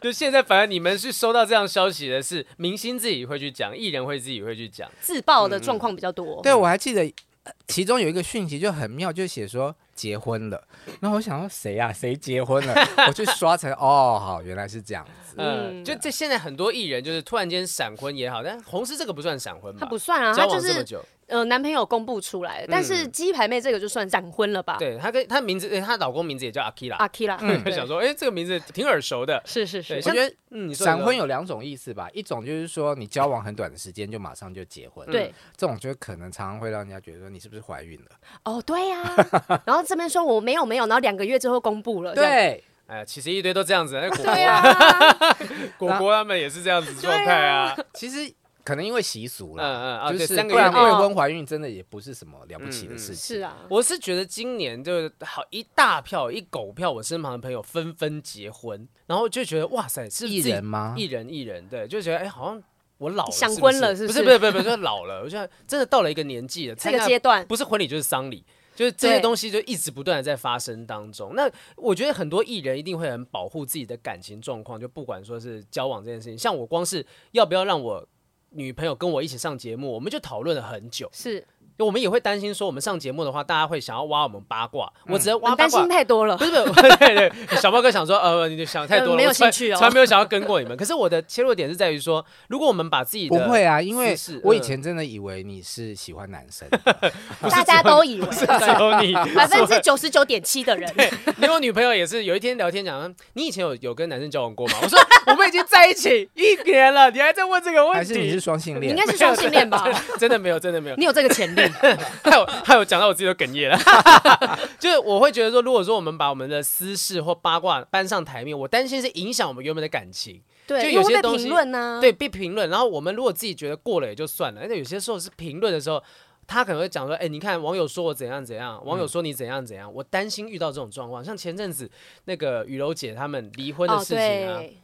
Speaker 2: 就现在反而你们是收到这样消息的是明星自己会去讲，艺人会自己会去讲，
Speaker 3: 自爆的状况比较多。
Speaker 2: 嗯
Speaker 1: 对，我还记得呃其中有一个讯息就很妙，就写说结婚了。然后我想说谁啊，谁结婚了？我去刷才哦，好，原来是这样子。
Speaker 2: 嗯，
Speaker 3: 嗯
Speaker 2: 就这现在很多艺人就是突然间闪婚也好，但红狮这个不算闪婚吧？
Speaker 3: 他不算啊，他
Speaker 2: 交
Speaker 3: 就
Speaker 2: 往这么
Speaker 3: 是
Speaker 2: 久，嗯
Speaker 3: 呃男朋友公布出来，但是鸡排妹这个就算闪婚了吧？
Speaker 2: 对他跟他名字，诶他老公名字也叫 Akira，
Speaker 3: 啊阿 k i r
Speaker 2: 就 (laughs) 想
Speaker 3: a
Speaker 2: 说，哎，这个名字挺耳熟的。
Speaker 3: 是是
Speaker 2: 对，
Speaker 3: 是，
Speaker 1: 像
Speaker 2: 我觉得，嗯，你说
Speaker 1: 闪婚
Speaker 2: 有
Speaker 1: 有两种意思吧，一种就是说你交往很短的时间就马上就结婚，
Speaker 2: 嗯
Speaker 3: 对，
Speaker 1: 这种就可能常常会让人家觉得说你是不是怀孕了？
Speaker 3: 哦对呀、 (laughs) 然后这边说我没有没有，然后两个月之后公布了，呃这样，
Speaker 1: 对，
Speaker 2: 哎，其实一堆都这样
Speaker 3: (laughs)
Speaker 2: 子，那果
Speaker 3: 对啊
Speaker 2: 果
Speaker 3: 呀、 (laughs)
Speaker 2: 果果他们也是这样子状态啊，
Speaker 1: 其实可能因为习俗
Speaker 2: 嗯
Speaker 1: 啦，
Speaker 2: 嗯啊，
Speaker 1: 就
Speaker 2: 对，
Speaker 1: 是
Speaker 2: 三个
Speaker 1: 不然
Speaker 2: 月
Speaker 3: 内
Speaker 1: 未婚怀孕真的也不是什么了不起的事情。
Speaker 3: 是啊，
Speaker 2: 我嗯是觉得今年就是好一大票一狗票，我身旁的朋友纷纷结婚，然后就觉得哇塞，是
Speaker 1: 艺
Speaker 2: 自己
Speaker 1: 人吗
Speaker 2: 艺人艺人，对，就觉得哎、好像我老了，
Speaker 3: 想
Speaker 2: 是不
Speaker 3: 婚了
Speaker 2: 是不
Speaker 3: 是不
Speaker 2: 是
Speaker 3: 是
Speaker 2: 不是不是不是就老了，我觉得真的到了一个年纪了，
Speaker 3: 这
Speaker 2: 参
Speaker 3: 个
Speaker 2: 加
Speaker 3: 阶段
Speaker 2: 不是婚礼就是丧礼。就是这些
Speaker 3: 对
Speaker 2: 东西就一直不断的在发生当中。那我觉得很多艺人一定会很保护自己的感情状况，就不管说是交往这件事情，像我光是要不要让我女朋友跟我一起上节目，我们就讨论了很久。
Speaker 3: 是
Speaker 2: 我们也会担心说，我们上节目的话，大家会想要挖我们八卦。我只能挖
Speaker 3: 你
Speaker 2: 八
Speaker 3: 担
Speaker 2: 卦
Speaker 3: 心，太多了
Speaker 2: 不，是 (laughs) 不是，对对，小豹哥想说，呃，你想太多了，
Speaker 3: 嗯没
Speaker 2: (laughs)
Speaker 3: 有
Speaker 2: 我从来
Speaker 3: 兴趣哦
Speaker 2: 从来没有想要跟过你们。可是我的切入点是在于说，如果我们把自己的
Speaker 1: 不会
Speaker 2: (laughs)
Speaker 1: 啊，因为
Speaker 2: 私事
Speaker 1: 我以
Speaker 2: 嗯
Speaker 1: 前真的以为你是喜欢男
Speaker 2: (laughs)
Speaker 1: 生，
Speaker 3: 大家都以为
Speaker 2: 只有你，
Speaker 3: 百分之九十九点七的人，
Speaker 2: (laughs) 你有女朋友也是有一天聊天讲，你以前有有跟男生交往过吗？我说我们已经在一起一年了，你还在问这个问
Speaker 1: 还是你是
Speaker 2: 题？
Speaker 1: 双性
Speaker 3: 你
Speaker 1: 恋
Speaker 3: 应？该是双性恋吧？
Speaker 2: (laughs) 真的没有，真的没有。
Speaker 3: 你有这个
Speaker 2: (laughs)
Speaker 3: 潜力，
Speaker 2: 害我害我讲到我自己都哽咽了， (laughs) 就是我会觉得说，如果说我们把我们的私事或八卦搬上台面，我担心是影响我们原本的感情，就
Speaker 3: 对，因
Speaker 2: 有
Speaker 3: 为
Speaker 2: 些
Speaker 3: 会
Speaker 2: 东
Speaker 3: 被
Speaker 2: 西
Speaker 3: 评论啊
Speaker 1: 嗯
Speaker 3: 呢，
Speaker 2: 对被评论。然后我们如果自己觉得过了也就算了，而且有些时候是评论的时候，他可能会讲说，哎、你看网友说我怎样怎样，
Speaker 1: 嗯
Speaker 2: 网友说你怎样怎样，我担心遇到这种状况。像前阵子那个雨柔姐他们离婚的
Speaker 3: 哦
Speaker 2: 事情啊，
Speaker 3: 对，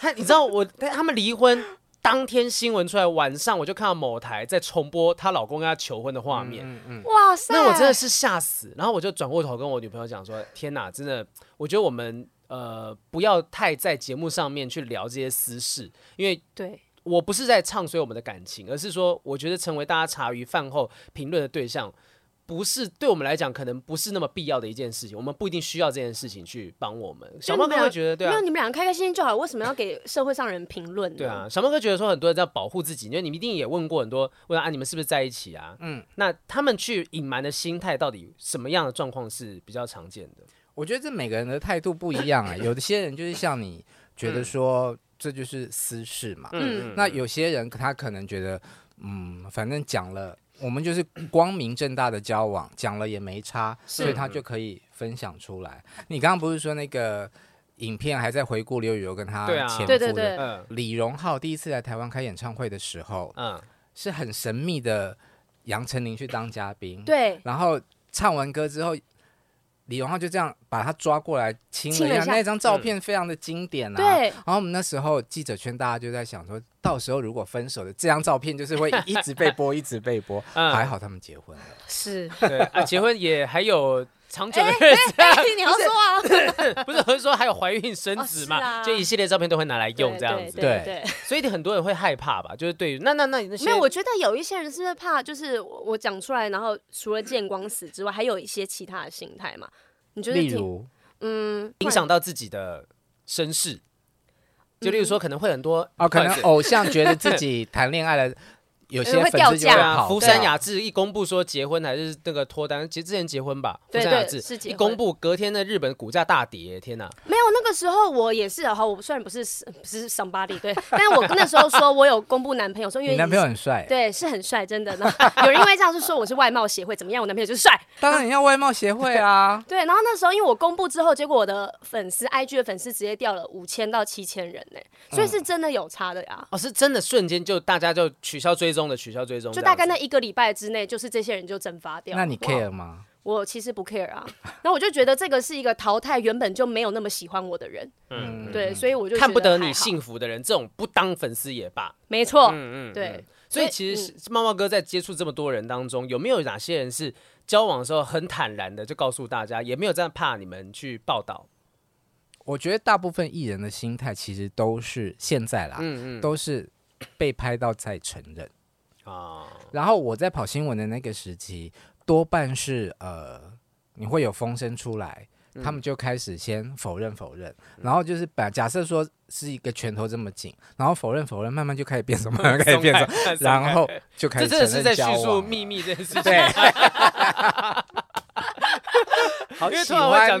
Speaker 2: 他你知道我他他们离婚。当天新闻出来，晚上我就看到某台在重播她老公跟她求婚的画面，
Speaker 3: 哇
Speaker 2: 嗯
Speaker 3: 塞，
Speaker 2: 那我真的是吓死，然后我就转过头跟我女朋友讲说：“天哪，真的，我觉得我们呃不要太在节目上面去聊这些私事，因为
Speaker 3: 对。
Speaker 2: 我不是在唱衰我们的感情，而是说我觉得成为大家茶余饭后评论的对象，不是对我们来讲可能不是那么必要的一件事情，我们不一定需要这件事情去帮我们。小
Speaker 3: 就
Speaker 2: 猫
Speaker 3: 你们
Speaker 2: 哥
Speaker 3: 俩
Speaker 2: 会觉得对啊
Speaker 3: 没有，。”你们两个开开心心就好，为什么要给社会上人评论呢？
Speaker 2: 对啊，小猫哥觉得说很多人在保护自己，因为你们一定也问过很多，问啊你们是不是在一起啊？嗯，那他们去隐瞒的心态到底什么样的状况是比较常见的？
Speaker 1: 我觉得这每个人的态度不一样
Speaker 2: (laughs)
Speaker 1: 啊、有的些人就是像你觉得说这就是私事嘛，
Speaker 2: 嗯
Speaker 1: 那有些人他可能觉得嗯，反正讲了我们就是光明正大的交往，讲了也没差，
Speaker 3: 是
Speaker 1: 所以他就可以分享出来。你刚刚不是说那个影片还在回顾刘宇柔跟他
Speaker 2: 对啊
Speaker 1: 前夫
Speaker 3: 对
Speaker 1: 的？
Speaker 3: 对对，
Speaker 2: 嗯
Speaker 1: 李荣浩第一次来台湾开演唱会的时候，
Speaker 2: 嗯，
Speaker 1: 是很神秘的杨丞琳去当嘉宾，，
Speaker 3: 对，
Speaker 1: 然后唱完歌之后。李荣浩就这样把他抓过来亲了
Speaker 3: 亲
Speaker 1: 一
Speaker 3: 了一
Speaker 1: 下，
Speaker 3: 下
Speaker 1: 那张
Speaker 2: 嗯
Speaker 1: 照片非常的经典啊。
Speaker 3: 对
Speaker 1: 然后我们那时候记者圈大家就在想说，到时候如果分手的这张照片就是会一直被
Speaker 2: (laughs)
Speaker 1: 播，一直被播。
Speaker 2: 嗯
Speaker 1: (laughs) 还好他们结婚了，
Speaker 2: (laughs)
Speaker 3: 是。
Speaker 2: 对啊，结婚也还有长
Speaker 3: (laughs)
Speaker 2: 久的日
Speaker 3: 你要说啊，
Speaker 2: 子，不是我是说还有怀孕生子
Speaker 3: 哦是
Speaker 2: 嘛，
Speaker 3: 啊
Speaker 2: 就一系列照片都会拿来 (laughs) 用这样子，
Speaker 3: 对对。
Speaker 2: 所以很多人会害怕吧？就是对于那那那那
Speaker 3: 对
Speaker 2: 些
Speaker 3: 没有，我觉得有一些人是不是怕，就是我我讲出来，然后除了见光死之外，还有一些其他的心态嘛？你觉得
Speaker 1: 例
Speaker 3: 挺
Speaker 1: 如
Speaker 3: 嗯，
Speaker 2: 影响到自己的身世，就
Speaker 3: 嗯
Speaker 2: 例如说可能会很多
Speaker 1: 哦，可能
Speaker 2: 对
Speaker 1: 偶像觉得自己谈恋爱了，有些
Speaker 3: 呃会
Speaker 1: 粉
Speaker 3: 掉
Speaker 1: 丝就
Speaker 3: 价
Speaker 1: 会
Speaker 2: 啊，
Speaker 1: 跑
Speaker 2: 福
Speaker 1: 掉
Speaker 2: 山雅治一公布说结婚还是那个脱单，其实之前结婚吧，福
Speaker 3: 对
Speaker 2: 山雅
Speaker 3: 对
Speaker 2: 治
Speaker 3: 是结
Speaker 2: 一
Speaker 3: 婚
Speaker 2: 公布，隔天的日本股价大跌，天哪！
Speaker 3: 没有，那个时候我也是哈，我虽然不是不是
Speaker 1: (laughs)
Speaker 3: somebody 对，但是我那时候说我有公布男朋友，说因为
Speaker 1: 你男朋友很帅，
Speaker 3: 对是很帅，真的。然后有人因为这样是说我是外貌协会怎么样，我男朋友就是帅。。
Speaker 1: 当然你要外貌协会啊
Speaker 3: (laughs) 对，然后那时候因为我公布之后，结果我的粉丝 IG 的粉丝直接掉了五千到七千人呢、所以
Speaker 1: 嗯
Speaker 3: 是真的有差的呀。
Speaker 2: 哦，是真的瞬间就大家就取消追踪的，取消追踪这样子，
Speaker 3: 就大概那一个礼拜之内，就是这些人就蒸发掉了。
Speaker 1: 那你
Speaker 3: 哇
Speaker 1: care 吗？
Speaker 3: 我其实不 care 啊， (laughs) 然后我就觉得这个是一个淘汰原本就没有那么喜欢我的人，
Speaker 2: 嗯
Speaker 3: 对，所以我就
Speaker 2: 看不
Speaker 3: 觉
Speaker 2: 得
Speaker 3: 还
Speaker 2: 你
Speaker 3: 好，
Speaker 2: 幸福的人，这种不当粉丝也罢。
Speaker 3: 没错，
Speaker 2: 嗯嗯，
Speaker 3: 对，嗯
Speaker 2: 所以其实是猫猫哥在接触这么多人当中，有没有哪些人是交往的时候很坦然的就告诉大家，也没有这样怕你们去报道？
Speaker 1: 我觉得大部分艺人的心态其实都是现在啦，
Speaker 2: 嗯嗯
Speaker 1: 都是被拍到再承认。
Speaker 2: 啊，
Speaker 1: 然后我在跑新闻的那个时期，多半是呃，你会有风声出来，他们就开始先否认否认，然后就是把假设说是一个拳头这么紧，然后否认否认，慢慢就开始变什么，慢慢 (laughs) 开始变什么，
Speaker 2: 松开
Speaker 1: 然后就开
Speaker 2: 这
Speaker 1: 始
Speaker 2: 真的
Speaker 1: 承
Speaker 2: 是
Speaker 1: 认
Speaker 2: 在叙
Speaker 1: 交
Speaker 2: 述
Speaker 1: 往了
Speaker 2: 秘密这件事情。
Speaker 1: (laughs) 对，好
Speaker 2: 因为
Speaker 1: 喜
Speaker 2: 通常会
Speaker 1: 欢
Speaker 2: 讲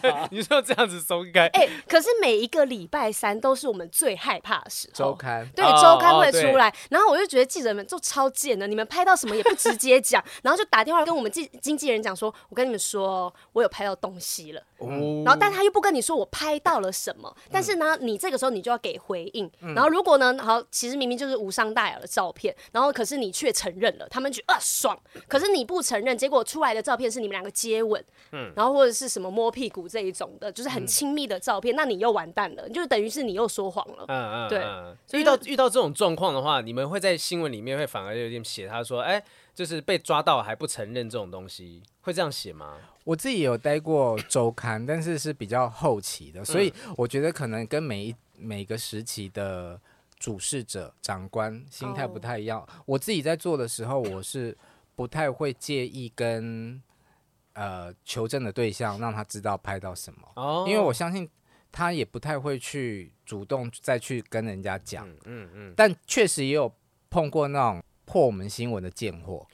Speaker 2: 这样
Speaker 1: (laughs) 哦，
Speaker 2: 子， (laughs) 你说这样子松开，
Speaker 3: 哎、可是每一个礼拜三都是我们最害怕的时
Speaker 1: 周
Speaker 3: 候。
Speaker 1: 刊。
Speaker 3: 对
Speaker 2: 哦，
Speaker 3: 周刊
Speaker 2: 哦
Speaker 3: 会
Speaker 2: 对
Speaker 3: 出来，然后我就觉得记者们就超贱的，你们拍到什么也不直接讲，然后就打电话跟我们经经纪人讲说，我跟你们说，哦我有拍到东西了，
Speaker 2: 哦
Speaker 3: 然后但他又不跟你说我拍到了什么，
Speaker 2: 嗯
Speaker 3: 但是呢，你这个时候你就要给回应，然后如果呢，好，其实明明就是无伤大雅的照片，然后可是你却承认了，他们觉得啊爽，可是你不承认，结果出来的照片是你们两个接吻，
Speaker 2: 嗯
Speaker 3: 然后或者是什么摸屁股这一种的，就是很亲密的照片，那你又完蛋了，就等于是你又说谎了。
Speaker 2: 嗯嗯，
Speaker 3: 对
Speaker 2: 嗯
Speaker 3: 所
Speaker 2: 遇
Speaker 3: 以
Speaker 2: 到
Speaker 3: 就
Speaker 2: 遇到这种状况的话，你们会在新闻里面会反而有点写他说，哎、就是被抓到还不承认这种东西，会这样写吗？
Speaker 1: 我自己有待过周刊，但是是比较后期的，所以
Speaker 2: 嗯
Speaker 1: 我觉得可能跟每一每个时期的主事者、长官心
Speaker 2: 哦
Speaker 1: 态不太一样。我自己在做的时候，我是不太会介意跟呃求证的对象让他知道拍到什么，
Speaker 2: 哦，
Speaker 1: 因为我相信他也不太会去主动再去跟人家讲。
Speaker 2: 嗯嗯嗯，
Speaker 1: 但确实也有碰过那种破我们新闻的贱货，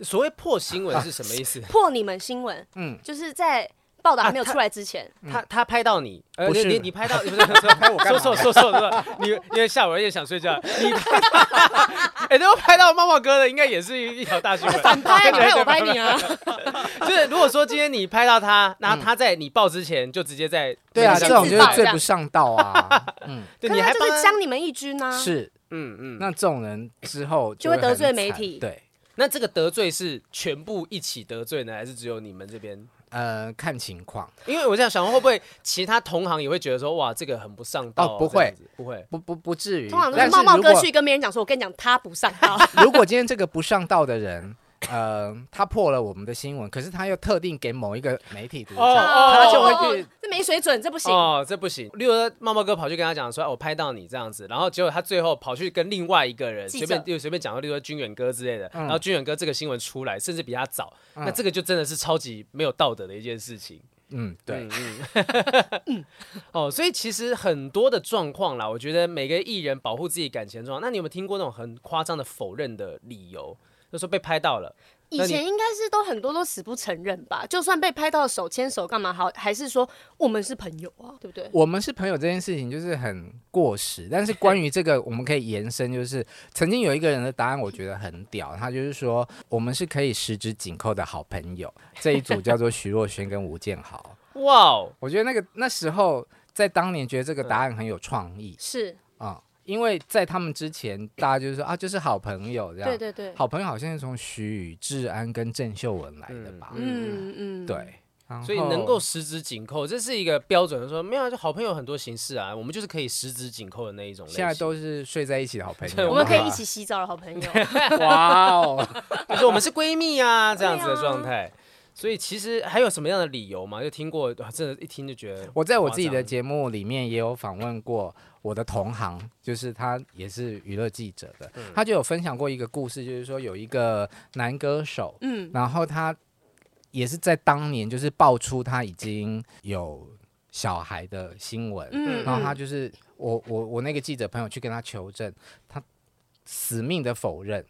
Speaker 2: 所谓破新闻是什么意思？
Speaker 3: 破你们新闻，
Speaker 1: 嗯
Speaker 3: 就是在报道还没有
Speaker 2: 啊他
Speaker 3: 出来之前，
Speaker 2: 他他拍到你，呃，
Speaker 1: 不
Speaker 2: 你
Speaker 1: 是
Speaker 2: 你你拍到，你不是拍
Speaker 1: 我干嘛
Speaker 2: 说错说错说错，你因为下午也想睡觉，你拍到， (laughs) 哎，都拍到猫猫哥的，应该也是一一条大新闻。
Speaker 3: 拍你
Speaker 2: (laughs) 对
Speaker 3: 拍
Speaker 2: 对
Speaker 3: 我拍你啊，
Speaker 2: 就是如果说今天你拍到他，然后他在你报之前就直接在，
Speaker 1: 对啊，这
Speaker 3: 先自
Speaker 1: 种就是
Speaker 3: 爆
Speaker 1: 最
Speaker 3: 这
Speaker 1: 不
Speaker 3: 样
Speaker 1: 上道
Speaker 3: (laughs)
Speaker 1: 啊。嗯，
Speaker 2: 对，
Speaker 3: 可
Speaker 2: 你
Speaker 3: 是
Speaker 2: 还
Speaker 3: 他就
Speaker 2: 帮
Speaker 3: 是
Speaker 2: 他
Speaker 3: 将你们一军啊呢、
Speaker 1: 是。
Speaker 2: 嗯嗯，
Speaker 1: 那这种人之后
Speaker 3: 就会
Speaker 1: 很
Speaker 3: 得罪
Speaker 1: 惨
Speaker 3: 媒体
Speaker 1: 对，
Speaker 2: 那这个得罪是全部一起得罪呢，还是只有你们这边？
Speaker 1: 呃，看情况，
Speaker 2: 因为我在想，会不会其他同行也会觉得说，哇，这个很不上道、啊
Speaker 1: 哦不会
Speaker 2: 这样子，不会。
Speaker 1: 不不不至于。
Speaker 3: 通常都
Speaker 1: 但
Speaker 3: 是
Speaker 1: 是
Speaker 3: 茂茂
Speaker 1: 如
Speaker 3: 哥
Speaker 1: 果
Speaker 3: 去跟别人讲说，我跟你讲，他不上道。
Speaker 1: 如果今天这个不上道的人，呃，他破了我们的新闻，可是他又特定给某一个媒体读者，
Speaker 2: 哦
Speaker 1: 他就会
Speaker 3: 哦哦哦这没水准，这不行。
Speaker 2: 哦，这不行。例如说，猫猫哥跑去跟他讲说，哎我拍到你这样子，然后结果他最后跑去跟另外一个人
Speaker 3: 记
Speaker 2: 随
Speaker 3: 者
Speaker 2: 便就随便讲到，例如说军远哥之类的，
Speaker 1: 嗯
Speaker 2: 然后军远哥这个新闻出来，甚至比他早，那这个就真的是超级没有道德的一件事情。
Speaker 1: 嗯，对， (laughs)
Speaker 2: 哦，所以其实很多的状况啦，我觉得每个艺人保护自己感情的状况，那你有没有听过那种很夸张的否认的理由？就说被拍到了，那
Speaker 3: 以
Speaker 2: 你
Speaker 3: 前应该是都很多都死不承认吧，就算被拍到手牵手干嘛好，还是说我们是朋友啊，对不对？
Speaker 1: 我们是朋友这件事情就是很过时，但是关于这个，我们可以延伸，就是曾经有一个人的答案，我觉得很屌，他就是说我们是可以十指紧扣的好朋友。这一组叫做徐若瑄跟吴建豪， (laughs)
Speaker 2: 哇哦，
Speaker 1: 我觉得那个那时候在当年觉得这个答案很有创意
Speaker 3: 是，
Speaker 1: 啊、因为在他们之前，大家就是说啊，就是好朋友这样。
Speaker 3: 对对对，
Speaker 1: 好朋友好像是从徐宇、治安跟郑秀文来的吧？
Speaker 3: 嗯嗯，
Speaker 1: 对，然后
Speaker 2: 所以能
Speaker 1: 哦
Speaker 2: 够十指紧扣，这是一个标准的说，没有啊就好朋友很多形式啊，我们就是可以十指紧扣的那一种类型。
Speaker 1: 现在都是睡在一起的好朋
Speaker 2: 对
Speaker 1: 友，
Speaker 3: (laughs) 我们可以一起洗澡的好朋友，
Speaker 1: (laughs) 哇哦！
Speaker 2: 就是我们是闺蜜啊这样子的
Speaker 3: 对啊
Speaker 2: 状态。所以其实还有什么样的理由吗？就听过，哇真的，一听就觉得
Speaker 1: 我在我自己的节目里面也有访问过我的同行，就是他也是娱乐记者的，他就有分享过一个故事，就是说有一个男歌手，
Speaker 3: 嗯，
Speaker 1: 然后他也是在当年就是爆出他已经有小孩的新闻，
Speaker 3: 嗯
Speaker 1: 然后他就是我我我那个记者朋友去跟他求证，他死命的否认。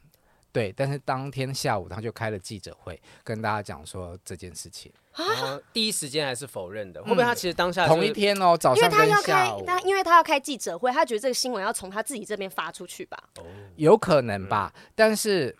Speaker 1: 对，但是当天下午他就开了记者会，跟大家讲说这件事情。
Speaker 3: 啊
Speaker 2: 然后第一时间还是否认的，会不会他其实当下
Speaker 1: 嗯同一天哦，早
Speaker 3: 因为
Speaker 1: 上
Speaker 3: 他
Speaker 1: 跟
Speaker 3: 要开
Speaker 1: 下午，
Speaker 3: 他因为他要开记者会，他觉得这个新闻要从他自己这边发出去吧，
Speaker 1: 有可能吧。
Speaker 2: 嗯
Speaker 1: 但是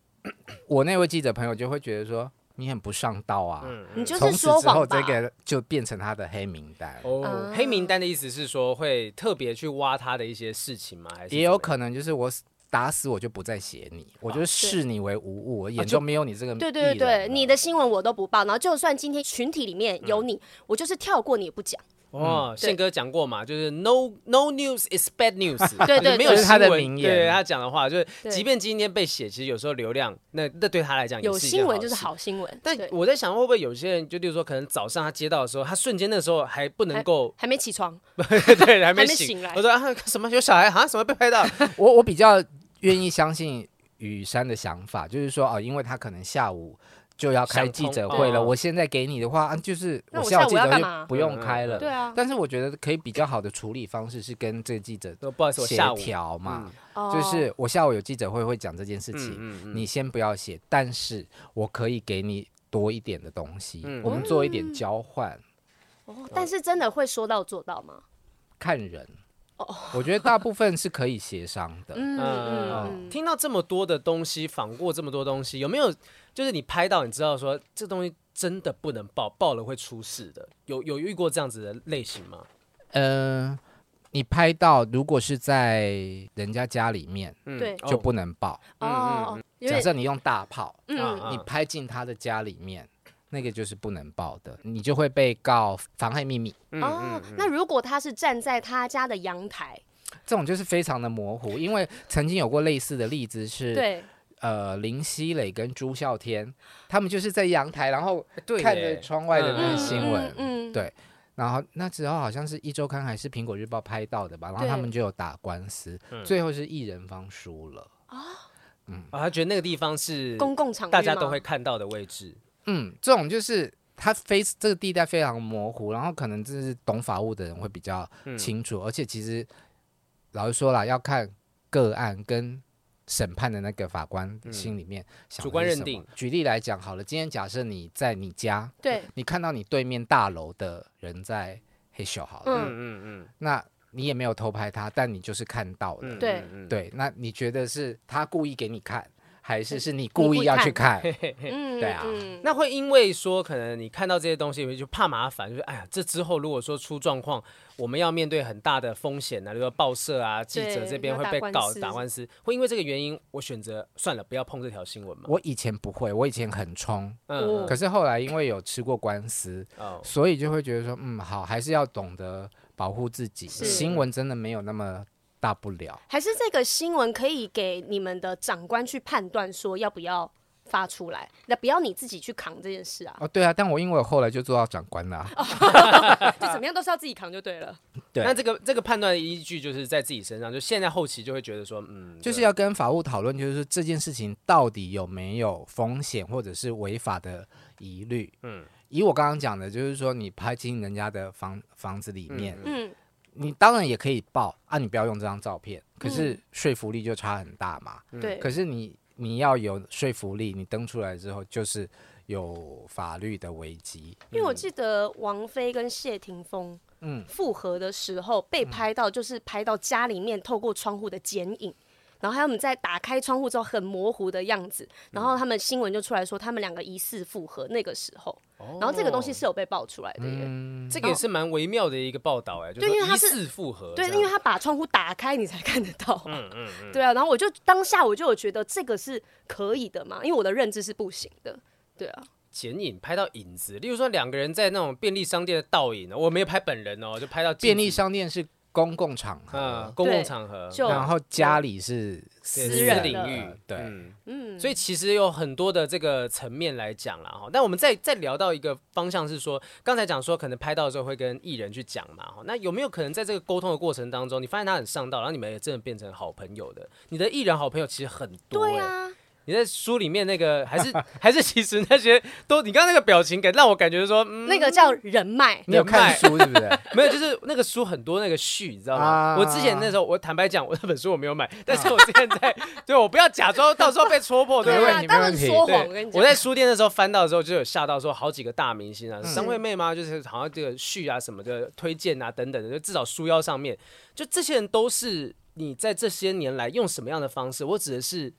Speaker 1: 我那位记者朋友就会觉得说，你很不上道啊。
Speaker 2: 嗯
Speaker 3: 你就
Speaker 1: 从
Speaker 3: 是
Speaker 1: 此
Speaker 3: 说
Speaker 1: 之后，
Speaker 3: 谎吧
Speaker 1: 这。个就变成他的黑名单。
Speaker 2: 哦
Speaker 3: 啊
Speaker 2: 黑名单的意思是说会特别去挖他的一些事情吗？还是
Speaker 1: 也有
Speaker 2: 能
Speaker 1: 可能就是我死打死我就不再写
Speaker 2: 哦
Speaker 1: 你，我就视你为无物，我眼中没有你这个、
Speaker 3: 哦对对对对，你的。新闻我都不报，然后就算今天群体里面有你，我就是跳过你也不讲。
Speaker 1: 嗯
Speaker 2: 哦，宪哥讲过嘛，就是 no no news is bad news，
Speaker 1: (laughs)
Speaker 3: 对
Speaker 2: 就是
Speaker 3: 对
Speaker 2: 没有
Speaker 3: 这
Speaker 1: 是他的
Speaker 2: 新闻
Speaker 1: 名言
Speaker 2: 对他讲的话，就是
Speaker 3: 对
Speaker 2: 即便今天被写，其实有时候流量那那对他来讲也
Speaker 3: 有
Speaker 2: 是一件
Speaker 3: 新闻就是
Speaker 2: 事
Speaker 3: 好新闻，
Speaker 2: 但
Speaker 3: 对
Speaker 2: 我在想，会不会有些人，就例如说，可能早上他接到的时候，他瞬间那时候还不能
Speaker 3: (laughs)
Speaker 2: 够，
Speaker 3: 还没起床，
Speaker 2: 对，还没
Speaker 3: 没
Speaker 2: 醒
Speaker 3: 醒来
Speaker 2: 我说啊，什么有小孩啊，什么被拍到？
Speaker 1: 我我比较愿意相信雨山的想法，就是说哦，因为他可能下午。就要开
Speaker 2: 想
Speaker 1: 记
Speaker 2: 通
Speaker 1: 者会了，
Speaker 2: 哦
Speaker 1: 我现在给你的话，啊就是
Speaker 3: 那我
Speaker 1: 下
Speaker 3: 下
Speaker 1: 午
Speaker 3: 午
Speaker 1: 记
Speaker 3: 要
Speaker 1: 者
Speaker 3: 干
Speaker 1: 会
Speaker 3: 嘛
Speaker 1: 不用开
Speaker 2: 嗯
Speaker 1: 了。
Speaker 3: 对啊，
Speaker 1: 但是我觉得可以比较好的处理方式是跟这个记者
Speaker 2: 说不好意思，我
Speaker 1: 协
Speaker 2: 下午嗯
Speaker 1: 调嘛，
Speaker 3: 哦
Speaker 1: 就是我下午有记者会会讲这件事情，
Speaker 2: 嗯
Speaker 1: 你先不要写，但是我可以给你多一点的东西，
Speaker 2: 嗯
Speaker 1: 我们做一
Speaker 3: 嗯
Speaker 1: 点交换，
Speaker 3: 哦但是真的会说到做到吗？
Speaker 1: 看人。我觉得大部分是可以协商的。
Speaker 3: 哦嗯嗯
Speaker 2: 嗯，听到这么多的东西，访过这么多东西，有没有就是你拍到，你知道说这东西真的不能爆，爆了会出事的？有有遇过这样子的类型吗？
Speaker 1: 呃，你拍到如果是在人家家里面
Speaker 2: 嗯
Speaker 3: 对
Speaker 1: 就不能爆，
Speaker 3: 嗯，哦，因
Speaker 1: 假
Speaker 3: 为嗯
Speaker 1: 设你用大炮，
Speaker 2: 啊
Speaker 1: 你拍进他的家里面，那个就是不能爆的，你就会被告妨害秘密。
Speaker 3: 哦，那如果他是站在他家的阳台，
Speaker 1: 这种就是非常的模糊，因为曾经有过类似的例子是，
Speaker 3: 对，
Speaker 1: 呃，林熙蕾跟朱孝天，他们就是在阳台，然后
Speaker 2: 对耶
Speaker 1: 看着窗外的那个
Speaker 2: 嗯
Speaker 1: 新闻，
Speaker 3: 嗯，
Speaker 1: 对，然后那时候好像是一周刊还是苹果日报拍到的吧，然后
Speaker 3: 对
Speaker 1: 他们就有打官司，最后是一人方输了，
Speaker 2: 啊，他觉得那个地方是
Speaker 3: 公共场域
Speaker 2: 大家都
Speaker 3: 吗
Speaker 2: 会看到的位置，
Speaker 1: 嗯，这种就是。它非这个地带非常模糊，然后可能这是懂法务的人会比较
Speaker 2: 嗯
Speaker 1: 清楚，而且其实老实说啦，要看个案跟审判的那个法官心里面想的是
Speaker 2: 嗯主观认
Speaker 1: 什么
Speaker 2: 定。
Speaker 1: 举例来讲好了，今天假设你在你家，
Speaker 3: 对，
Speaker 1: 你看到你对面大楼的人在嘿咻好了，
Speaker 3: 嗯，
Speaker 2: 嗯嗯，
Speaker 1: 那你也没有偷拍他，但你就是看到了，
Speaker 3: 对
Speaker 2: 嗯
Speaker 1: 对，那你觉得是他故意给你看，还是
Speaker 3: 嗯
Speaker 1: 是你故
Speaker 3: 你
Speaker 1: 意
Speaker 3: 故意
Speaker 1: 要 (laughs) 去看？
Speaker 3: 嗯，
Speaker 1: 对啊
Speaker 3: 嗯
Speaker 2: 那会因为说，可能你看到这些东西，你就怕麻烦，就是哎呀，这之后如果说出状况，我们要面对很大的风险啊，比如说报社啊、记者
Speaker 3: 对
Speaker 2: 这边
Speaker 3: 要
Speaker 2: 会
Speaker 3: 打
Speaker 2: 被
Speaker 3: 官
Speaker 2: 告
Speaker 3: 司
Speaker 2: 打官司，会因为这个原因，我选择算了，不要碰这条新闻嘛。
Speaker 1: 我以前不会，我以前很冲，
Speaker 2: 嗯，
Speaker 3: 哦
Speaker 1: 可是后来因为有吃过官司，
Speaker 2: 哦，
Speaker 1: 所以就会觉得说，嗯，好，还是要懂得保护自己。
Speaker 3: 是
Speaker 1: 新闻真的没有那么大不了。
Speaker 3: 还是这个新闻可以给你们的长官去判断说要不要发出来，那不要你自己去扛这件
Speaker 1: (laughs)
Speaker 3: 事啊，哦
Speaker 1: 哦，对啊，但我因为我后来就做到长官了啊、
Speaker 3: 就怎么样都是要自己扛就对了。
Speaker 1: 对
Speaker 2: 那这个这个判断的依据就是在自己身上，就现在后期就会觉得说，嗯，
Speaker 1: 就是
Speaker 2: 对
Speaker 1: 要跟法务讨论，就是说这件事情到底有没有风险或者是违法的疑虑。嗯，以我刚刚讲的，就是说你拍进人家的房房子里面，
Speaker 3: 嗯，
Speaker 1: 你当然也
Speaker 3: 嗯
Speaker 1: 可以报啊，你不要用这张照片，可是说服力就差很大嘛。
Speaker 3: 对，
Speaker 1: 可是你你要有说服力，你登出来之后就是有法律的危机。
Speaker 3: 因为我记得王菲跟谢霆锋，嗯，复合的时候被拍到，就是拍到家里面透过窗户的剪影，然后还有我们在打开窗户之后很模糊的样子，然后他们新闻就出来说他们两个疑似复合那个时候，然后这个东西是有被爆出来的耶，
Speaker 1: 嗯
Speaker 2: 这个也是蛮微妙的一个报道哎、就
Speaker 3: 对
Speaker 2: 说
Speaker 3: 因为它
Speaker 2: 疑
Speaker 3: 是
Speaker 2: 似复合这
Speaker 3: 对，
Speaker 2: 样，
Speaker 3: 因为他把窗户打开你才看得到、嗯嗯嗯，对啊，然后我就当下我就有觉得这个是可以的嘛，因为我的认知是不行的，对啊，
Speaker 2: 剪影拍到影子，例如说两个人在那种便利商店的倒影，我没有拍本人哦，就拍到
Speaker 1: 便
Speaker 2: 镜
Speaker 1: 利
Speaker 2: 子
Speaker 1: 商店是公共场合，
Speaker 2: 嗯公共
Speaker 3: 对
Speaker 2: 场合，
Speaker 3: 就
Speaker 1: 然后家里是
Speaker 2: 对
Speaker 3: 私
Speaker 1: 人
Speaker 3: 人
Speaker 2: 领
Speaker 3: 的
Speaker 2: 域，
Speaker 1: 对
Speaker 2: 嗯
Speaker 3: 嗯，
Speaker 2: 所以其实有很多的这个层面来讲啦，哈。但我们再再聊到一个方向是说，刚才讲说可能拍到的时候会跟艺人去讲嘛，哈。那有没有可能在这个沟通的过程当中，你发现他很上道，然后你们也真的变成好朋友的？你的艺人好朋友其实很多、欸，
Speaker 3: 对啊。
Speaker 2: 你在书里面那个还是还是其实那些都，你刚刚那个表情感让我感觉说，嗯，
Speaker 3: 那个叫人脉，
Speaker 1: 你有看
Speaker 2: 人脉
Speaker 1: 书是不是？
Speaker 2: 没有，就是那个书很多那个序，你知道吗？
Speaker 1: 啊
Speaker 2: 我之前那时候，我坦白讲，我那本书我没有买，但是我之前在， (laughs) 对，我不要假装到时候被戳破，对不
Speaker 1: 没
Speaker 2: 对
Speaker 1: 问？题
Speaker 3: 啊当
Speaker 1: 没
Speaker 3: 然
Speaker 1: 问题
Speaker 3: 说
Speaker 2: 对
Speaker 3: 谎，哦我跟你讲，
Speaker 2: 我在书店的时候翻到的时候，就有吓到说好几个大明星啊，张惠妹吗？就是好像这个序啊什么的推荐啊等等的，就至少书腰上面，就这些人都是你在这些年来用什么样的方式？我指的是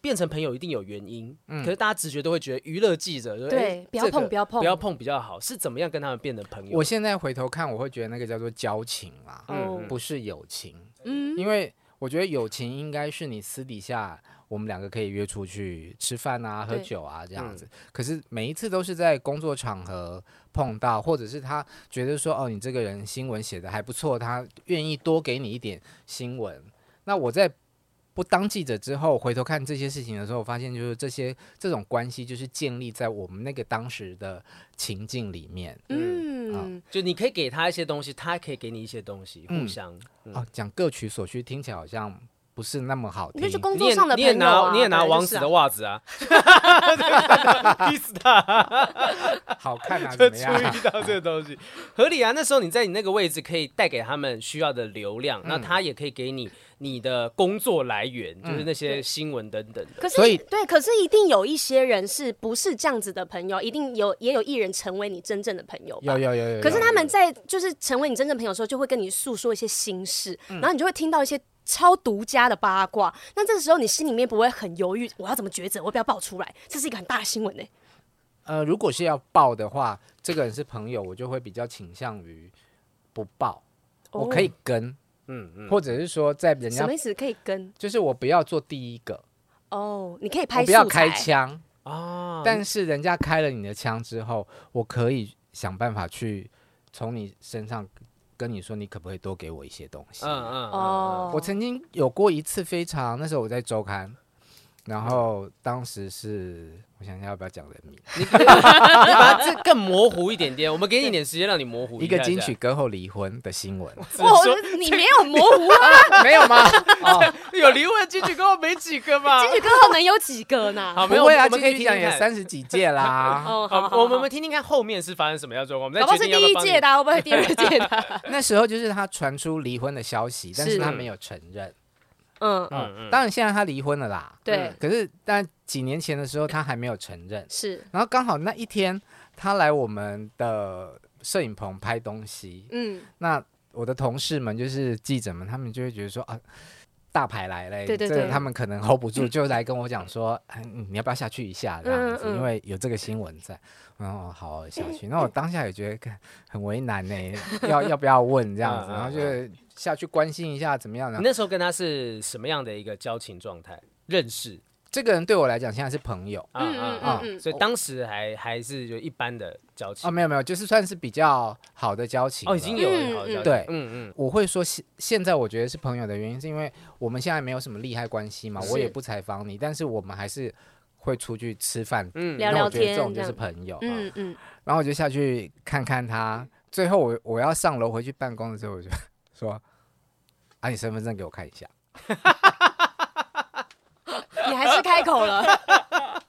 Speaker 2: 变成朋友一定有原因，可是大家直觉都会觉得娱乐记者就是
Speaker 3: 对
Speaker 2: 哎
Speaker 3: 不要
Speaker 2: 这个
Speaker 3: 碰不要碰
Speaker 2: 不要碰比较好，是怎么样跟他们变成朋友？
Speaker 1: 我现在回头看，我会觉得那个叫做交情啦，
Speaker 3: 哦
Speaker 1: 不是友情，
Speaker 3: 嗯，
Speaker 1: 因为我觉得友情应该是你私底下我们两个可以约出去吃饭啊、喝
Speaker 3: 对
Speaker 1: 酒啊这样
Speaker 2: 嗯
Speaker 1: 子。可是每一次都是在工作场合碰到，或者是他觉得说哦，你这个人新闻写的还不错，他愿意多给你一点新闻。那我在不当记者之后，回头看这些事情的时候，我发现就是这些这种关系就是建立在我们那个当时的情境里面。
Speaker 3: 嗯，
Speaker 2: 就你可以给他一些东西，他也可以给你一些东西，互相。嗯
Speaker 1: 哦，讲各取所需，听起来好像不是那么好
Speaker 3: 我
Speaker 1: 听。
Speaker 3: 就是工
Speaker 2: 你
Speaker 3: 作
Speaker 2: 也
Speaker 3: 上的
Speaker 2: 你
Speaker 3: 朋
Speaker 2: 也
Speaker 3: 友啊
Speaker 2: 拿你也拿
Speaker 3: 本来
Speaker 2: 王
Speaker 3: 就是
Speaker 2: 子
Speaker 3: 啊
Speaker 2: 的袜子啊，逼死他，
Speaker 1: 好看 (laughs)
Speaker 2: (laughs)
Speaker 1: 啊，
Speaker 2: 就
Speaker 1: 怎么
Speaker 2: 注
Speaker 1: 样？
Speaker 2: 意到这个东西，合理啊。那时候你在你那个位置可以带给他们需要的流量，那他也可以给你你的工作来源，就是那些新闻等等的。
Speaker 3: 可是，
Speaker 1: 所以
Speaker 3: 对，可是一定有一些人是不是这样子的朋友？一定有也有艺人成为你真正的朋友吧
Speaker 1: (laughs) 有有有有有。
Speaker 3: 可是他们在就是成为你真正朋友的时候，就会跟你诉说一些心事，
Speaker 2: 嗯
Speaker 3: 然后你就会听到一些超独家的八卦。那这个时候你心里面不会很犹豫，我要怎么抉择？我要不要爆出来？这是一个很大的新闻呢、欸
Speaker 1: 呃，如果是要报的话，这个人是朋友，我就会比较倾向于不报，我可以跟，
Speaker 2: 嗯嗯，
Speaker 1: 或者是说在人
Speaker 3: 哦什
Speaker 1: 家
Speaker 3: 么意思？可以跟
Speaker 1: 就是我不要做第一个，
Speaker 3: 哦，你可以
Speaker 1: 我
Speaker 3: 拍
Speaker 1: 不要
Speaker 3: 素
Speaker 1: 开
Speaker 3: 材，
Speaker 1: 枪，
Speaker 2: 啊，
Speaker 1: 但是人家开了你的枪之后，我可以想办法去从你身上跟你说，你可不可以多给我一些东西？
Speaker 2: 嗯嗯嗯
Speaker 3: 哦，
Speaker 1: 我曾经有过一次非常，那时候我在周刊，
Speaker 2: 嗯
Speaker 1: 然后当时是我想一下要不要讲人名，
Speaker 2: 你你把它这更模糊一点点，我们给你一点时间让你模糊
Speaker 1: 一个
Speaker 2: 下
Speaker 1: 金
Speaker 2: 下
Speaker 1: 曲，歌后离婚的新
Speaker 2: (laughs)
Speaker 1: 闻，
Speaker 3: 哇
Speaker 2: 说，
Speaker 3: 哦你没有模糊
Speaker 2: (laughs)
Speaker 3: 啊，
Speaker 1: 没有吗？哦，
Speaker 2: 有离婚金曲歌后没几个
Speaker 3: (laughs)
Speaker 2: 嘛。
Speaker 3: 金曲歌后能有几个呢？
Speaker 2: 好，
Speaker 1: 不
Speaker 2: 没有，
Speaker 1: 会啊，
Speaker 2: 我们可以
Speaker 1: 金曲
Speaker 2: 听
Speaker 1: 奖
Speaker 2: 听
Speaker 1: 也
Speaker 2: 看
Speaker 1: 三十几届
Speaker 2: (laughs)
Speaker 1: 啦。
Speaker 3: 哦，好好
Speaker 2: (laughs) 好，
Speaker 3: 好
Speaker 2: 我们我们听听看后面是发生什么样的状况，我们
Speaker 3: 搞不好
Speaker 2: 再
Speaker 3: 是
Speaker 2: 决
Speaker 3: 第
Speaker 2: 定要不要帮你
Speaker 3: 一届的啊，会不会第二届的？啊
Speaker 2: (laughs)
Speaker 1: 那时候就是他传出离婚的消息，但是
Speaker 3: 是
Speaker 1: 他没有承认。哦
Speaker 3: 嗯，
Speaker 2: 嗯嗯，
Speaker 1: 当然，现在他离婚了啦。嗯
Speaker 3: 对，
Speaker 1: 可是，但几年前的时候他还没有承认。
Speaker 3: 是，
Speaker 1: 然后刚好那一天，他来我们的摄影棚拍东西，
Speaker 3: 嗯，
Speaker 1: 那我的同事们就是记者们，他们就会觉得说啊。大牌来了，
Speaker 3: 对对
Speaker 1: 这个
Speaker 3: 对
Speaker 1: 他们可能 hold 不
Speaker 3: (laughs)
Speaker 1: 住，就来跟我讲说，哎嗯你要不要下去一下这样子，
Speaker 3: 嗯嗯
Speaker 1: 因为有这个新闻在。然后哦好下去，
Speaker 3: (laughs)
Speaker 1: 那我当下也觉得干很为难呢、 (laughs) 要要不要问这样子，
Speaker 2: (laughs) 嗯嗯
Speaker 1: 然后就下去关心一下怎么样呢
Speaker 2: 你？那时候跟他是什么样的一个交情状态？认识
Speaker 1: 这个人对我来讲现在是朋友
Speaker 2: 啊啊
Speaker 3: 嗯
Speaker 2: 啊
Speaker 3: 嗯！嗯
Speaker 2: 所以当时还还是就一般的交
Speaker 1: 啊，
Speaker 2: 情
Speaker 1: 没有没有，就是算是比较好的交情了。
Speaker 2: 哦，已经有了好的交
Speaker 1: 嗯
Speaker 2: 情
Speaker 1: 对
Speaker 2: 嗯嗯，
Speaker 1: 我会说现现在我觉得是朋友的原因，是因为我们现在没有什么利害关系嘛，
Speaker 3: 是
Speaker 1: 我也不采访你，但是我们还是会出去吃饭，
Speaker 2: 嗯
Speaker 3: 聊
Speaker 1: 那
Speaker 3: 聊
Speaker 1: 我觉得
Speaker 3: 天
Speaker 1: 这种就
Speaker 3: 这
Speaker 1: 是
Speaker 3: 样
Speaker 1: 朋友。啊
Speaker 3: 嗯嗯，
Speaker 1: 然后我就下去看看他。最后我我要上楼回去办公的时候，我就 (laughs) 说：“啊，你身份证给我看一下。
Speaker 3: 你还是开口
Speaker 2: (laughs)
Speaker 3: 了，
Speaker 2: 哦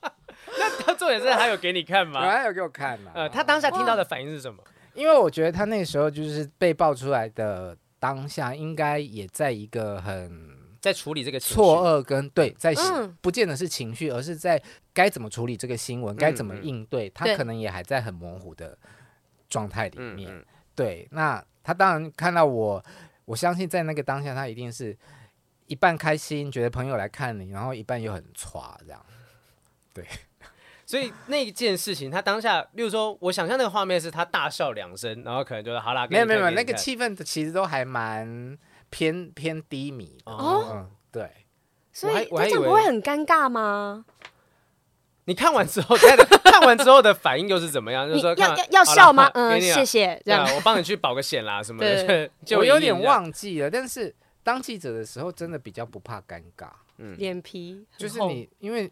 Speaker 2: 他重点是他有给你看”吗？
Speaker 1: 然后有哎给我看了、
Speaker 2: 呃，他当下听到的反应是什么？
Speaker 1: 因为我觉得他那时候就是被爆出来的当下，应该也在一个很
Speaker 2: 在处理这个情绪
Speaker 1: 错愕跟对在写
Speaker 3: 嗯
Speaker 1: 不见得是情绪，而是在该怎么处理这个新闻，该怎么
Speaker 2: 嗯
Speaker 1: 应对，他
Speaker 3: 对
Speaker 1: 可能也还在很模糊的状态里
Speaker 2: 嗯
Speaker 1: 面。
Speaker 2: 嗯，
Speaker 1: 对，那他当然看到我，我相信在那个当下，他一定是一半开心，觉得朋友来看你，然后一半又很歘这样。
Speaker 2: 所以那一件事情，他当下，例如说，我想象那个画面是他大笑两声，然后可能就是好啦，给
Speaker 1: 没有
Speaker 2: 你
Speaker 1: 没有没有，
Speaker 2: 看给
Speaker 1: 那
Speaker 2: 你
Speaker 1: 个
Speaker 2: 看
Speaker 1: 气氛其实都还蛮偏偏低迷的。
Speaker 2: 哦，
Speaker 1: 嗯，对。
Speaker 3: 所
Speaker 2: 我还
Speaker 3: 以
Speaker 2: 我
Speaker 3: 那
Speaker 2: 还
Speaker 3: 这
Speaker 2: 以
Speaker 3: 样不
Speaker 2: 为
Speaker 3: 会很尴尬吗？
Speaker 2: 你看完之后，看 (laughs) 看完之后的反应又是怎么样？就是
Speaker 3: 你
Speaker 2: 说看
Speaker 3: 要要
Speaker 2: 完
Speaker 3: 要
Speaker 2: 好啦
Speaker 3: 笑吗？
Speaker 2: 给
Speaker 3: 嗯，
Speaker 2: 你啦
Speaker 3: 谢谢，这
Speaker 2: 对啊
Speaker 3: 样，
Speaker 2: 我帮你去保个险啦什么的，
Speaker 3: 对
Speaker 2: 就
Speaker 1: 我
Speaker 2: 就
Speaker 1: 有
Speaker 2: 赢
Speaker 1: 点
Speaker 2: 这样。
Speaker 1: 忘记了，但是当记者的时候，真的比较不怕尴尬，
Speaker 3: 脸皮很
Speaker 1: 就是
Speaker 3: 厚
Speaker 1: 你，因为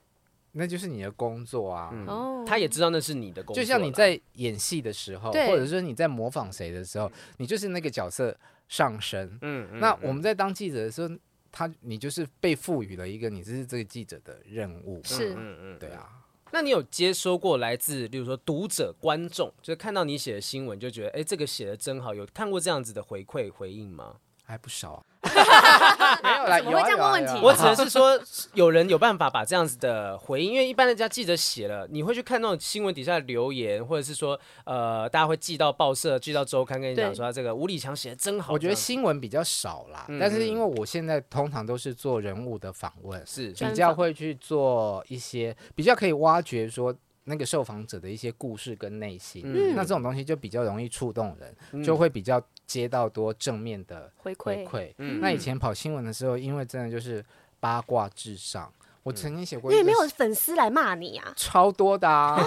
Speaker 1: 那就是你的工作啊。
Speaker 2: 嗯
Speaker 3: 哦，
Speaker 2: 他也知道那是你的工作
Speaker 1: 就
Speaker 2: 啦，
Speaker 1: 像你在演戏的时候，
Speaker 3: 对
Speaker 1: 或者说你在模仿谁的时候，你就是那个角色上身。
Speaker 2: 嗯，嗯
Speaker 1: 那我们在当记者的时候，他你就是被赋予了一个你这是这个记者的任务。
Speaker 3: 是
Speaker 2: 嗯嗯，
Speaker 1: 对啊，
Speaker 2: 那你有接收过来自，例如说读者、观众，就是看到你写的新闻，就觉得哎、诶这个写的真好，有看过这样子的回馈回应吗？
Speaker 1: 还不
Speaker 3: (laughs)
Speaker 1: 少啊。没有啦，有啊有啊
Speaker 3: 怎么会这样问问
Speaker 1: 有啊
Speaker 3: 题
Speaker 2: 我只能是说，有人有办法把这样子的回应，因为一般人家记者写了，你会去看那种新闻底下的留言，或者是说，呃，大家会寄到报社、寄到周刊，跟你讲
Speaker 3: 对
Speaker 2: 说啊这个吴礼强写的真好。
Speaker 1: 我觉得
Speaker 2: 这样子
Speaker 1: 新闻比较少啦，
Speaker 2: 嗯
Speaker 1: 但是因为我现在通常都是做人物的访问，
Speaker 2: 是
Speaker 3: 专
Speaker 1: 比较
Speaker 3: 访
Speaker 1: 会去做一些比较可以挖掘说那个受访者的一些故事跟内心，
Speaker 2: 嗯
Speaker 1: 那这种东西就比较容易触动人，就会比较接到多正面的
Speaker 3: 回
Speaker 1: 回
Speaker 3: 馈，
Speaker 1: 馈。
Speaker 2: 嗯
Speaker 1: 那以前跑新闻的时候，因为真的就是八卦至上，
Speaker 2: 嗯
Speaker 1: 我曾经写过
Speaker 3: 因
Speaker 1: 一
Speaker 3: 为
Speaker 1: 个
Speaker 3: 没有粉丝来骂你啊，
Speaker 1: 超多的
Speaker 3: (laughs)
Speaker 1: 啊，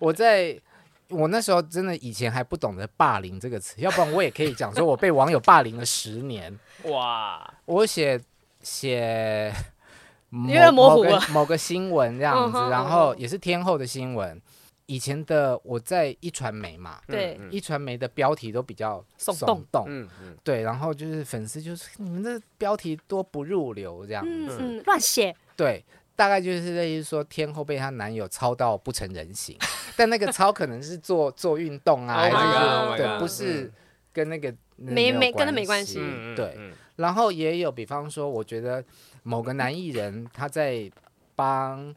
Speaker 1: 我在。我那时候真的以前还不懂得“霸凌”这个词，要不然我也可以讲说我被网友霸凌了十年。
Speaker 2: 哇，
Speaker 1: 我写写某
Speaker 3: (laughs) 因为模
Speaker 1: 某
Speaker 3: 糊
Speaker 1: 个
Speaker 3: 了
Speaker 1: 某个新闻这样
Speaker 3: 嗯
Speaker 1: 子，
Speaker 3: 哼
Speaker 1: 然
Speaker 3: 嗯
Speaker 1: 后
Speaker 3: 哼
Speaker 1: 也是天后的新闻。以前的我在一传媒嘛，
Speaker 3: 对
Speaker 2: 嗯
Speaker 1: 一传媒的标题都比较
Speaker 3: 耸
Speaker 1: 动
Speaker 2: 嗯嗯，
Speaker 1: 对，然后就是粉丝就是你们这标题多不入流这样，
Speaker 3: 嗯嗯，乱写，
Speaker 1: 对。大概就是类似说，天后被她男友操到不成人形， (laughs) 但那个操可能是做做运动啊，
Speaker 2: Oh my
Speaker 1: 还
Speaker 3: god, oh
Speaker 1: 是
Speaker 3: my
Speaker 1: 对，
Speaker 2: god
Speaker 1: 不是跟那个
Speaker 3: 没没跟那没关系
Speaker 2: 嗯
Speaker 1: 对，然后也有，比方说，我觉得某个男艺人他在帮，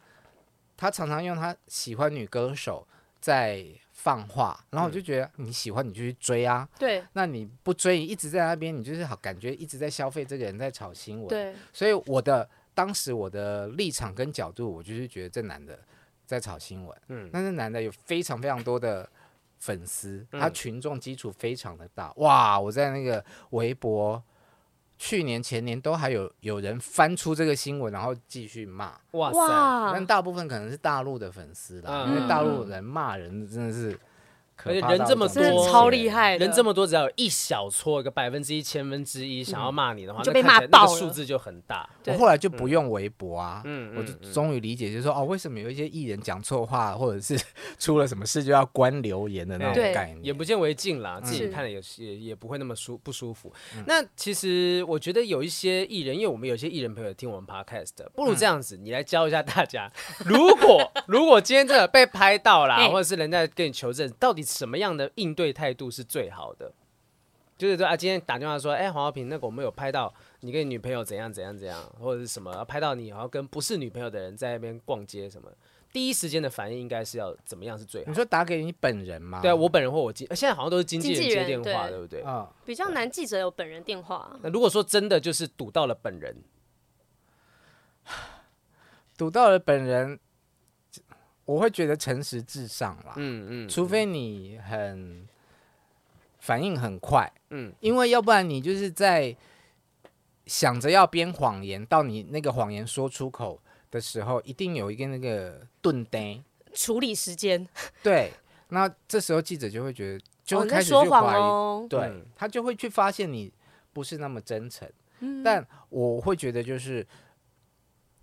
Speaker 1: 他常常用他喜欢女歌手在放话，然后我就觉得你喜欢你就去追啊，
Speaker 3: 对
Speaker 1: 那你不追，一直在那边，你就是好感觉一直在消费这个人在炒新闻。，啊
Speaker 3: 对，
Speaker 1: 所以我的当时我的立场跟角度，我就是觉得这男的在炒新闻，
Speaker 2: 嗯
Speaker 1: 但是男的有非常非常多的粉丝，
Speaker 2: 嗯
Speaker 1: 他群众基础非常的大，哇！我在那个微博去年前年都还有有人翻出这个新闻，然后继续骂，
Speaker 2: 哇塞，
Speaker 3: 哇
Speaker 1: 但，大部分可能是大陆的粉丝啦，
Speaker 2: 嗯
Speaker 1: 因为大陆人骂人真的是可怕到
Speaker 2: 而且人这么
Speaker 1: 种
Speaker 2: 多
Speaker 3: 真
Speaker 1: 地
Speaker 3: 的
Speaker 1: 步
Speaker 3: 超厉害的，
Speaker 2: 人这么多，只要有一小撮个百分之一、千分之一想要骂你的话，那
Speaker 3: 就被
Speaker 2: 看起
Speaker 3: 骂
Speaker 2: 来那
Speaker 3: 爆
Speaker 2: 个
Speaker 3: 了
Speaker 2: 数字就很大。
Speaker 1: 我
Speaker 3: 对
Speaker 1: 后来就不用微博啊，
Speaker 2: 嗯嗯
Speaker 1: 我就
Speaker 2: 嗯
Speaker 1: 终于理解，就是说哦，为什么有一些艺人讲错话，或者是 (laughs) 出了什么事就要关留言的那
Speaker 3: 对
Speaker 1: 种概念，嗯
Speaker 2: 也不见为净啦，自己
Speaker 3: 是
Speaker 2: 看了也是也也不会那么舒不舒服。那其实我觉得有一些艺人，因为我们有一些艺人朋友听我们 podcast，的
Speaker 1: 嗯
Speaker 2: 不如这样子，你来教一下大家， (laughs) 如果如果今天真的被拍
Speaker 1: (laughs)
Speaker 2: 到啦，
Speaker 3: 哎
Speaker 2: 或者是人家跟你求证，到底什么样的应对态度是最好的？就是说啊，今天打电话说，哎、黄浩平，那个我们有拍到你跟你女朋友怎样怎样怎样，或者是什么，啊拍到你好像跟不是女朋友的人在那边逛街什么的，第一时间的反应应该是要怎么样是最好的
Speaker 1: 你？说打给你本人吗？
Speaker 2: 对啊，我本人或我经，呃现在好像都是经纪人
Speaker 3: 经纪
Speaker 2: 接
Speaker 3: 人
Speaker 2: 电话，
Speaker 3: 对
Speaker 2: 对不对？
Speaker 1: 嗯，
Speaker 3: 比较难，记者有本人电话，啊
Speaker 2: 那如果说真的就是堵到了本人，
Speaker 1: 读到了本人，我会觉得诚实至上啦，
Speaker 2: 嗯嗯，
Speaker 1: 除非你很反应很快，
Speaker 2: 嗯
Speaker 1: 因为要不然你就是在想着要编谎言，到你那个谎言说出口的时候，一定有一个那个顿呆。
Speaker 3: 处理时间，
Speaker 1: 对，那这时候记者就会觉得，就
Speaker 3: 哦
Speaker 1: 会
Speaker 3: 你在
Speaker 1: 开始
Speaker 3: 说
Speaker 1: 去怀疑，
Speaker 3: 谎哦，
Speaker 1: 对、
Speaker 2: 嗯
Speaker 1: 他就会去发现你不是那么真诚。
Speaker 3: 嗯
Speaker 1: 但我会觉得就是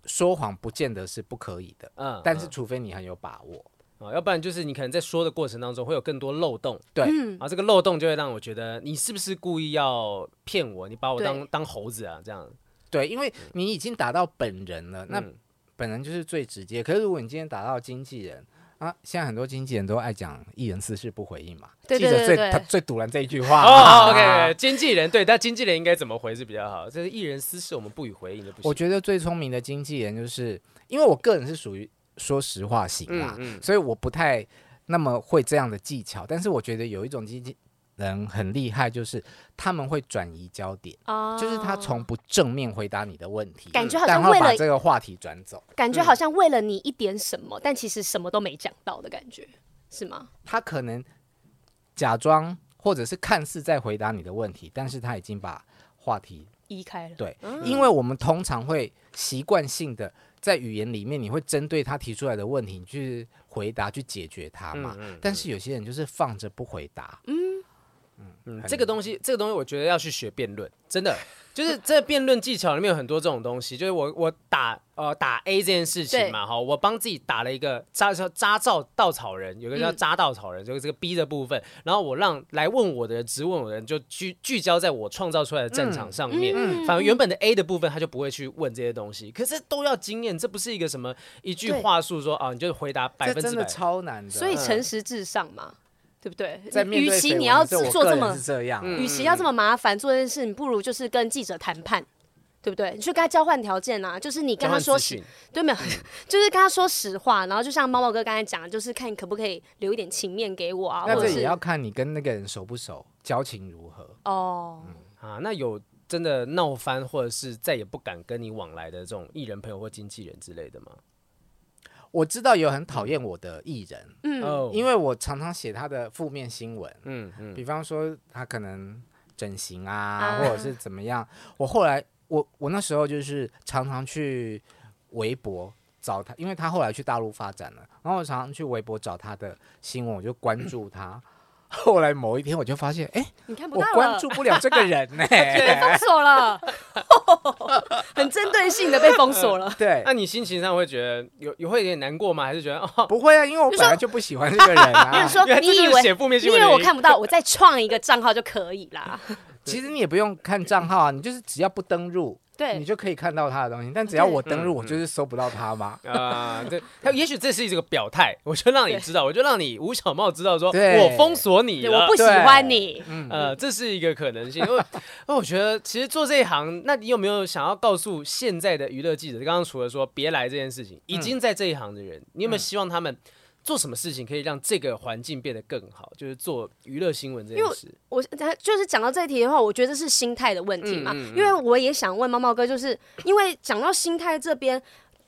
Speaker 1: 说谎不见得是不可以的，
Speaker 2: 嗯，
Speaker 1: 但是
Speaker 2: 嗯
Speaker 1: 除非你很有把握。
Speaker 2: 啊，要不然就是你可能在说的过程当中会有更多漏洞，
Speaker 1: 对
Speaker 3: 嗯
Speaker 2: 啊，这个漏洞就会让我觉得你是不是故意要骗我，你把我当
Speaker 3: 对
Speaker 2: 当猴子啊这样，
Speaker 1: 对，因为你已经打到本人了，那
Speaker 2: 嗯
Speaker 1: 本人就是最直接。可是如果你今天打到经纪人，啊，现在很多经纪人都爱讲艺人私事不回应嘛，
Speaker 3: 对对
Speaker 1: 记者最
Speaker 3: 对对
Speaker 1: 他最堵拦这一句话。
Speaker 2: 哦、o k 经纪人对，但经纪人应该怎么回是比较好？这是艺人私事，我们不予回应的，不行。
Speaker 1: 我觉得最聪明的经纪人就是，因为我个人是属于说实话型啦，
Speaker 2: 嗯嗯
Speaker 1: 所以我不太那么会这样的技巧。但是我觉得有一种经纪人很厉害，就是他们会转移焦点，
Speaker 3: 啊
Speaker 1: 就是他从不正面回答你的问题，
Speaker 3: 感觉好
Speaker 1: 但
Speaker 3: 像
Speaker 1: 会
Speaker 3: 为
Speaker 1: 把
Speaker 3: 了
Speaker 1: 这个话题转走。
Speaker 3: 感觉好像为了你一点什么，但其实什么都没讲到的感觉，是吗？
Speaker 1: 他可能假装或者是看似在回答你的问题，但是他已经把话题
Speaker 3: 移开了，
Speaker 1: 对，因为我们通常会习惯性的在语言里面，你会针对他提出来的问题你去回答、去解决它嘛。
Speaker 3: 嗯
Speaker 1: 但是有些人就是放着不回答，
Speaker 2: 嗯，
Speaker 1: 很
Speaker 2: 这个东西，这个东西，我觉得要去学辩论，真的，就是这辩论技巧里面有很多这种东西。就是我我打呃打 A 这件事情嘛，哈，我帮自己打了一个扎扎造稻草人，有个叫扎稻草人，就是这个 B 的部分。然后我让来问我的人、直问我的人就聚聚焦在我创造出来的战场上面，反而原本的 A 的部分他就不会去问这些东西。可是都要经验，这不是一个什么一句
Speaker 3: 对
Speaker 2: 话术说啊，你就回答百
Speaker 1: 这
Speaker 2: 分
Speaker 1: 真
Speaker 2: 之
Speaker 1: 的
Speaker 2: 百。
Speaker 1: 超难的。
Speaker 3: 所以诚实至上嘛，对不对？
Speaker 1: 嗯在面
Speaker 3: 与
Speaker 1: 对
Speaker 3: 其
Speaker 1: 绯闻
Speaker 3: 你要
Speaker 1: 的时候我
Speaker 3: 做
Speaker 1: 个
Speaker 3: 这
Speaker 1: 人
Speaker 3: 么嗯
Speaker 1: 是，这样啊，
Speaker 3: 与其要这么麻烦做这件事，你不如就是跟记者谈判。对不对？你去跟他交换条件啊，就是你跟
Speaker 2: 交
Speaker 3: 他
Speaker 2: 换
Speaker 3: 说
Speaker 2: 资
Speaker 3: 实
Speaker 2: 讯，，
Speaker 3: 对没有，
Speaker 1: 嗯
Speaker 3: (laughs) 就是跟他说实话，然后就像猫猫哥刚才讲的，就是看你可不可以留一点情面给我啊，
Speaker 1: 那
Speaker 3: 或
Speaker 1: 这
Speaker 3: 者
Speaker 1: 也
Speaker 3: 是
Speaker 1: 要看你跟那个人熟不熟，交情如何。
Speaker 3: 哦，
Speaker 1: 嗯
Speaker 2: 啊，那有真的闹翻，或者是再也不敢跟你往来的这种艺人朋友或经纪人之类的吗？
Speaker 1: 我知道有很讨厌我的艺人，
Speaker 2: 嗯，哦
Speaker 1: 因
Speaker 2: 为
Speaker 1: 为我常常写他的负面新闻，
Speaker 2: 嗯嗯，
Speaker 1: 比方说他可能整形啊，
Speaker 3: 啊
Speaker 1: 或者是怎么样。我后来，我我那时候就是常常去微博找他，因为他后来去大陆发展了，然后我常常去微博找他的新闻，我就关注
Speaker 3: (coughs)
Speaker 1: 他。后来某一天，我就发现，哎、
Speaker 3: 你看不
Speaker 1: 我
Speaker 3: 到了，
Speaker 1: 关注不了这个人
Speaker 3: (laughs)
Speaker 1: 呢、
Speaker 3: 被封锁了， (laughs) 很针对性的被封锁了。 (laughs)
Speaker 1: 对
Speaker 2: 那，你心情上会觉得有有会有点难过吗？还是觉得哦，
Speaker 1: 不会啊，因为我本来就不喜欢这个人
Speaker 3: 没有
Speaker 1: 啊。
Speaker 3: 说
Speaker 2: 原来
Speaker 3: (laughs) 你
Speaker 2: 这
Speaker 3: 以
Speaker 2: 就是
Speaker 3: 为
Speaker 2: 写负面
Speaker 3: 你
Speaker 2: 新
Speaker 3: 以
Speaker 2: 闻
Speaker 3: 为
Speaker 2: 的
Speaker 3: 我
Speaker 2: 原因
Speaker 3: 看不到，我再创一个账号就可以
Speaker 2: (laughs)
Speaker 3: 啦。
Speaker 1: 其实你也不用看账号啊，你就是只要不登录，你
Speaker 3: 对，
Speaker 1: 就可以看到他的东西。但只要我登
Speaker 2: 嗯
Speaker 1: 录，我就是搜不到他嘛。
Speaker 2: 啊、对，他也许这是一个表态，我就让你知道，我就让你吴小茂知道说，
Speaker 1: 对
Speaker 2: 我封锁你
Speaker 3: 对，
Speaker 2: 了，
Speaker 3: 我不喜欢你。
Speaker 2: 呃，这是一个可能性。因为 (laughs) 因为我觉得其实做这一行，那你有没有想要告诉现在的娱乐记者？刚刚除了说别来这件事情，已经在这一行的人，你有没有希望他们做什么事情可以让这个环境变得更好？就是做娱乐新闻这
Speaker 3: 因
Speaker 2: 件
Speaker 3: 为
Speaker 2: 事。
Speaker 3: 我就是讲到这一题的话，我觉得是心态的问题
Speaker 2: 嗯
Speaker 3: 嘛，因为我也想问猫猫哥，就是因为讲到心态这边。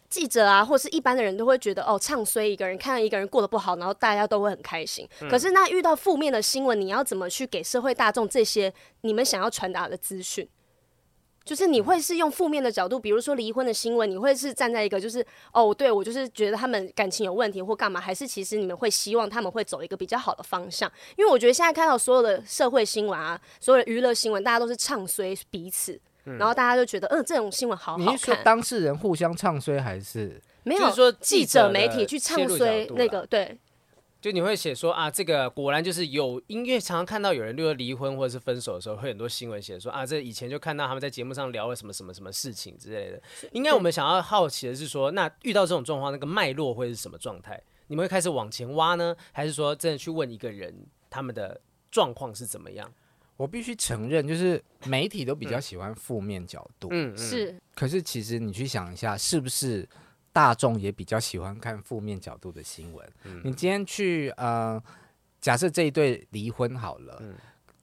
Speaker 3: 记者啊，或是一般的人都会觉得哦，唱衰一个人，看到一个人过得不好，然后大家都会很开心。可是那遇到负面的新闻，你要怎么去给社会大众这些你们想要传达的资讯？就是你会是用负面的角度，比如说离婚的新闻，你会是站在一个就是哦，对我就是觉得他们感情有问题或干嘛，还是其实你们会希望他们会走一个比较好的方向？因为我觉得现在看到所有的社会新闻啊，所有的娱乐新闻，大家都是唱衰彼此，然后大家就觉得，嗯、这种新闻好
Speaker 1: 你
Speaker 3: 好
Speaker 1: 是说
Speaker 3: 看。
Speaker 1: 当事人互相唱衰还是？
Speaker 3: 没
Speaker 2: 就
Speaker 3: 有
Speaker 2: 是说
Speaker 3: 记
Speaker 2: 记
Speaker 3: 者
Speaker 2: 者
Speaker 3: 媒
Speaker 2: 的
Speaker 3: 体去唱
Speaker 2: 切入
Speaker 3: 衰
Speaker 2: 角度
Speaker 3: 那
Speaker 2: 啦
Speaker 3: 个，对，
Speaker 2: 就你会写说啊，这个果然就是有，因为常常看到有人，例如离婚或者是分手的时候，会很多新闻写说啊，这以前就看到他们在节目上聊了什么什么什么事情之类的。应该我们想要好奇的是说，那遇到这种状况，那个脉络会是什么状态？你们会开始往前挖呢，还是说真的去问一个人他们的状况是怎么样？
Speaker 1: 我必须承认，就是媒体都比较喜欢负面角度。
Speaker 2: 嗯，
Speaker 3: 是
Speaker 1: 可是其实你去想一下，是不是大众也比较喜欢看负面角度的新闻？你今天去呃，假设这一对离婚好了。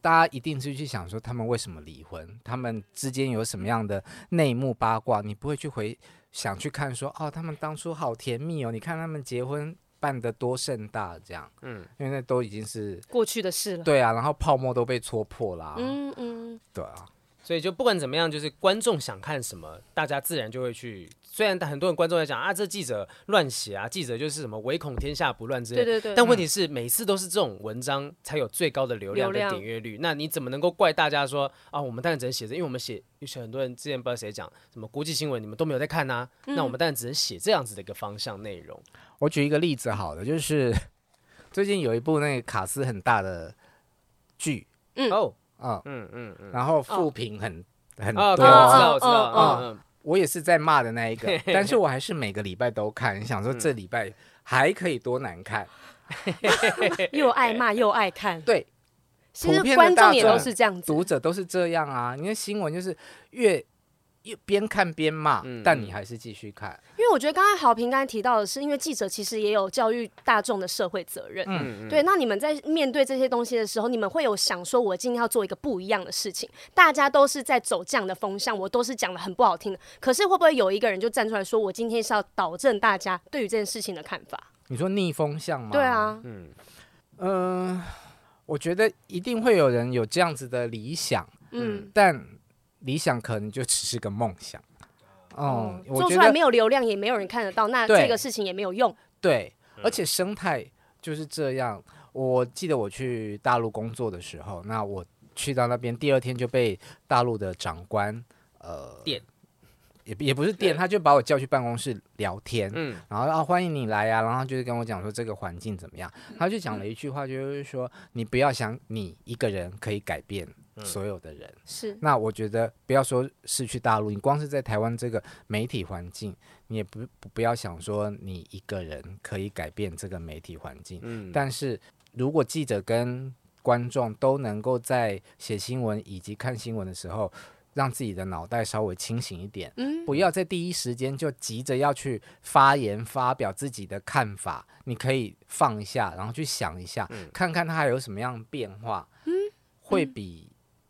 Speaker 1: 大家一定是去想说他们为什么离婚，他们之间有什么样的内幕八卦，你不会去回想去看说哦，他们当初好甜蜜哦，你看他们结婚办得多盛大这样，嗯，因为那都已经是
Speaker 3: 过去的事了。
Speaker 1: 对啊，然后泡沫都被戳破啦、
Speaker 3: 嗯嗯，
Speaker 1: 对啊，
Speaker 2: 所以就不管怎么样，就是观众想看什么，大家自然就会去。虽然很多人观众在讲啊，这记者乱写啊，记者就是什么唯恐天下不乱之类
Speaker 3: 对
Speaker 2: 的。
Speaker 3: 对对。
Speaker 2: 但
Speaker 1: 嗯
Speaker 2: 问题是，每次都是这种文章才有最高的流量
Speaker 3: 流
Speaker 2: 跟
Speaker 3: 量
Speaker 2: 点阅率，那你怎么能够怪大家说啊？我们当然只能写这，因为我们写，有些很多人之前不知道谁讲什么国际新闻，你们都没有在看呐、那
Speaker 3: 嗯
Speaker 2: 我们当然只能写这样子的一个方向内容。
Speaker 1: 我举一个例子好了，就是 (laughs) 最近有一部那个卡斯很大的剧
Speaker 3: 嗯
Speaker 2: 哦，
Speaker 1: 啊、
Speaker 2: 嗯嗯嗯，
Speaker 1: 然后
Speaker 3: 哦
Speaker 1: 负评很、很
Speaker 2: 啊，
Speaker 1: 多，
Speaker 2: 对，我知
Speaker 3: 啊
Speaker 2: 道，我知道，嗯
Speaker 3: 嗯
Speaker 2: 嗯，嗯
Speaker 1: 我也是在骂的那一个，但是我还是每个礼拜都看，想说这礼拜还可以多难看？
Speaker 3: 又爱骂又爱看。
Speaker 1: 对，
Speaker 3: 其实
Speaker 1: 普遍的
Speaker 3: 观
Speaker 1: 大
Speaker 3: 众也都
Speaker 1: 众嗯
Speaker 3: 是这样子
Speaker 1: 读。者都是这样啊。你的新闻就是越越边看边骂，
Speaker 2: 嗯
Speaker 1: 但你还是继续看。
Speaker 3: 因为我觉得刚才好评刚才提到的是，因为记者其实也有教育大众的社会责任。
Speaker 2: 嗯，嗯
Speaker 3: 对，那你们在面对这些东西的时候，你们会有想说，我今天要做一个不一样的事情。大家都是在走这样的风向，我都是讲的很不好听的。可是会不会有一个人就站出来说，我今天是要导正大家对于这件事情的看法？
Speaker 1: 你说逆风向吗？
Speaker 3: 对，啊，
Speaker 1: 嗯、我觉得一定会有人有这样子的理想，
Speaker 3: 嗯，
Speaker 1: 但理想可能就只是个梦想。嗯，我
Speaker 3: 哦做
Speaker 1: 觉
Speaker 3: 出来
Speaker 1: 得
Speaker 3: 没有流量，也没有人看得到，那
Speaker 1: 对
Speaker 3: 这个事情也没有用。
Speaker 1: 对，
Speaker 2: 嗯
Speaker 1: 而且生态就是这样。我记得我去大陆工作的时候，那我去到那边第二天就被大陆的长官呃
Speaker 2: 电
Speaker 1: 也不也不是电，他就把我叫去办公室聊天，
Speaker 2: 嗯
Speaker 1: 然后啊欢迎你来呀、然后就是跟我讲说这个环境怎么样，
Speaker 2: 嗯
Speaker 1: 他就讲了一句话，就是说你不要想你一个人可以改变
Speaker 2: 嗯
Speaker 1: 所有的人。
Speaker 3: 是，
Speaker 1: 那我觉得不要说是去大陆，你光是在台湾这个媒体环境，你也不不不要想说你一个人可以改变这个媒体环境。
Speaker 2: 嗯，
Speaker 1: 但是如果记者跟观众都能够在写新闻以及看新闻的时候，让自己的脑袋稍微清醒一点，
Speaker 3: 嗯，
Speaker 1: 不要在第一时间就急着要去发言发表自己的看法，你可以放一下，然后去想一下，
Speaker 2: 嗯
Speaker 1: 看看它还有什么样的变化，
Speaker 3: 嗯
Speaker 1: 会比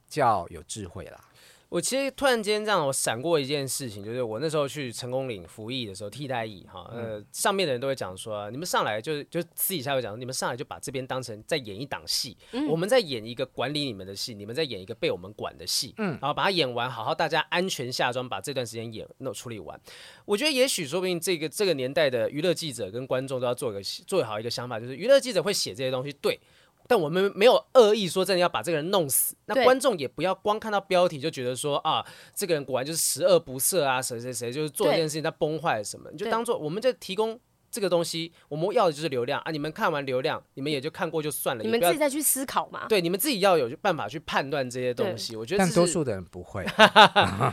Speaker 1: 较有智慧啦。
Speaker 2: 我其实突然间让我闪过一件事情，就是我那时候去成功岭服役的时候，替代役哈，呃，上面的人都会讲说，啊你们上来就是就私底下会讲说，你们上来就把这边当成在演一档戏，我们在演一个管理你们的戏，你们在演一个被我们管的戏，嗯，然后把它演完，好好大家安全下装，把这段时间演那处理完。我觉得也许说不定这个这个年代的娱乐记者跟观众都要做一个做好一个想法，就是娱乐记者会写这些东西，对。但我们没有恶意说真的要把这个人弄死，那
Speaker 3: 对
Speaker 2: 观众也不要光看到标题就觉得说啊，这个人果然就是十恶不赦啊，谁谁谁就是做一
Speaker 3: 对
Speaker 2: 件事情他崩坏了什么，你就
Speaker 3: 对
Speaker 2: 当做我们就提供这个东西，我们要的就是流量啊，你们看完流量，你们也就看过就算了，
Speaker 3: 你
Speaker 2: 也
Speaker 3: 们
Speaker 2: 不要
Speaker 3: 自己再去思考嘛。
Speaker 2: 对，你们自己要有办法去判断这些东西。我觉得
Speaker 1: 但
Speaker 2: 这是
Speaker 1: 多数的人不会，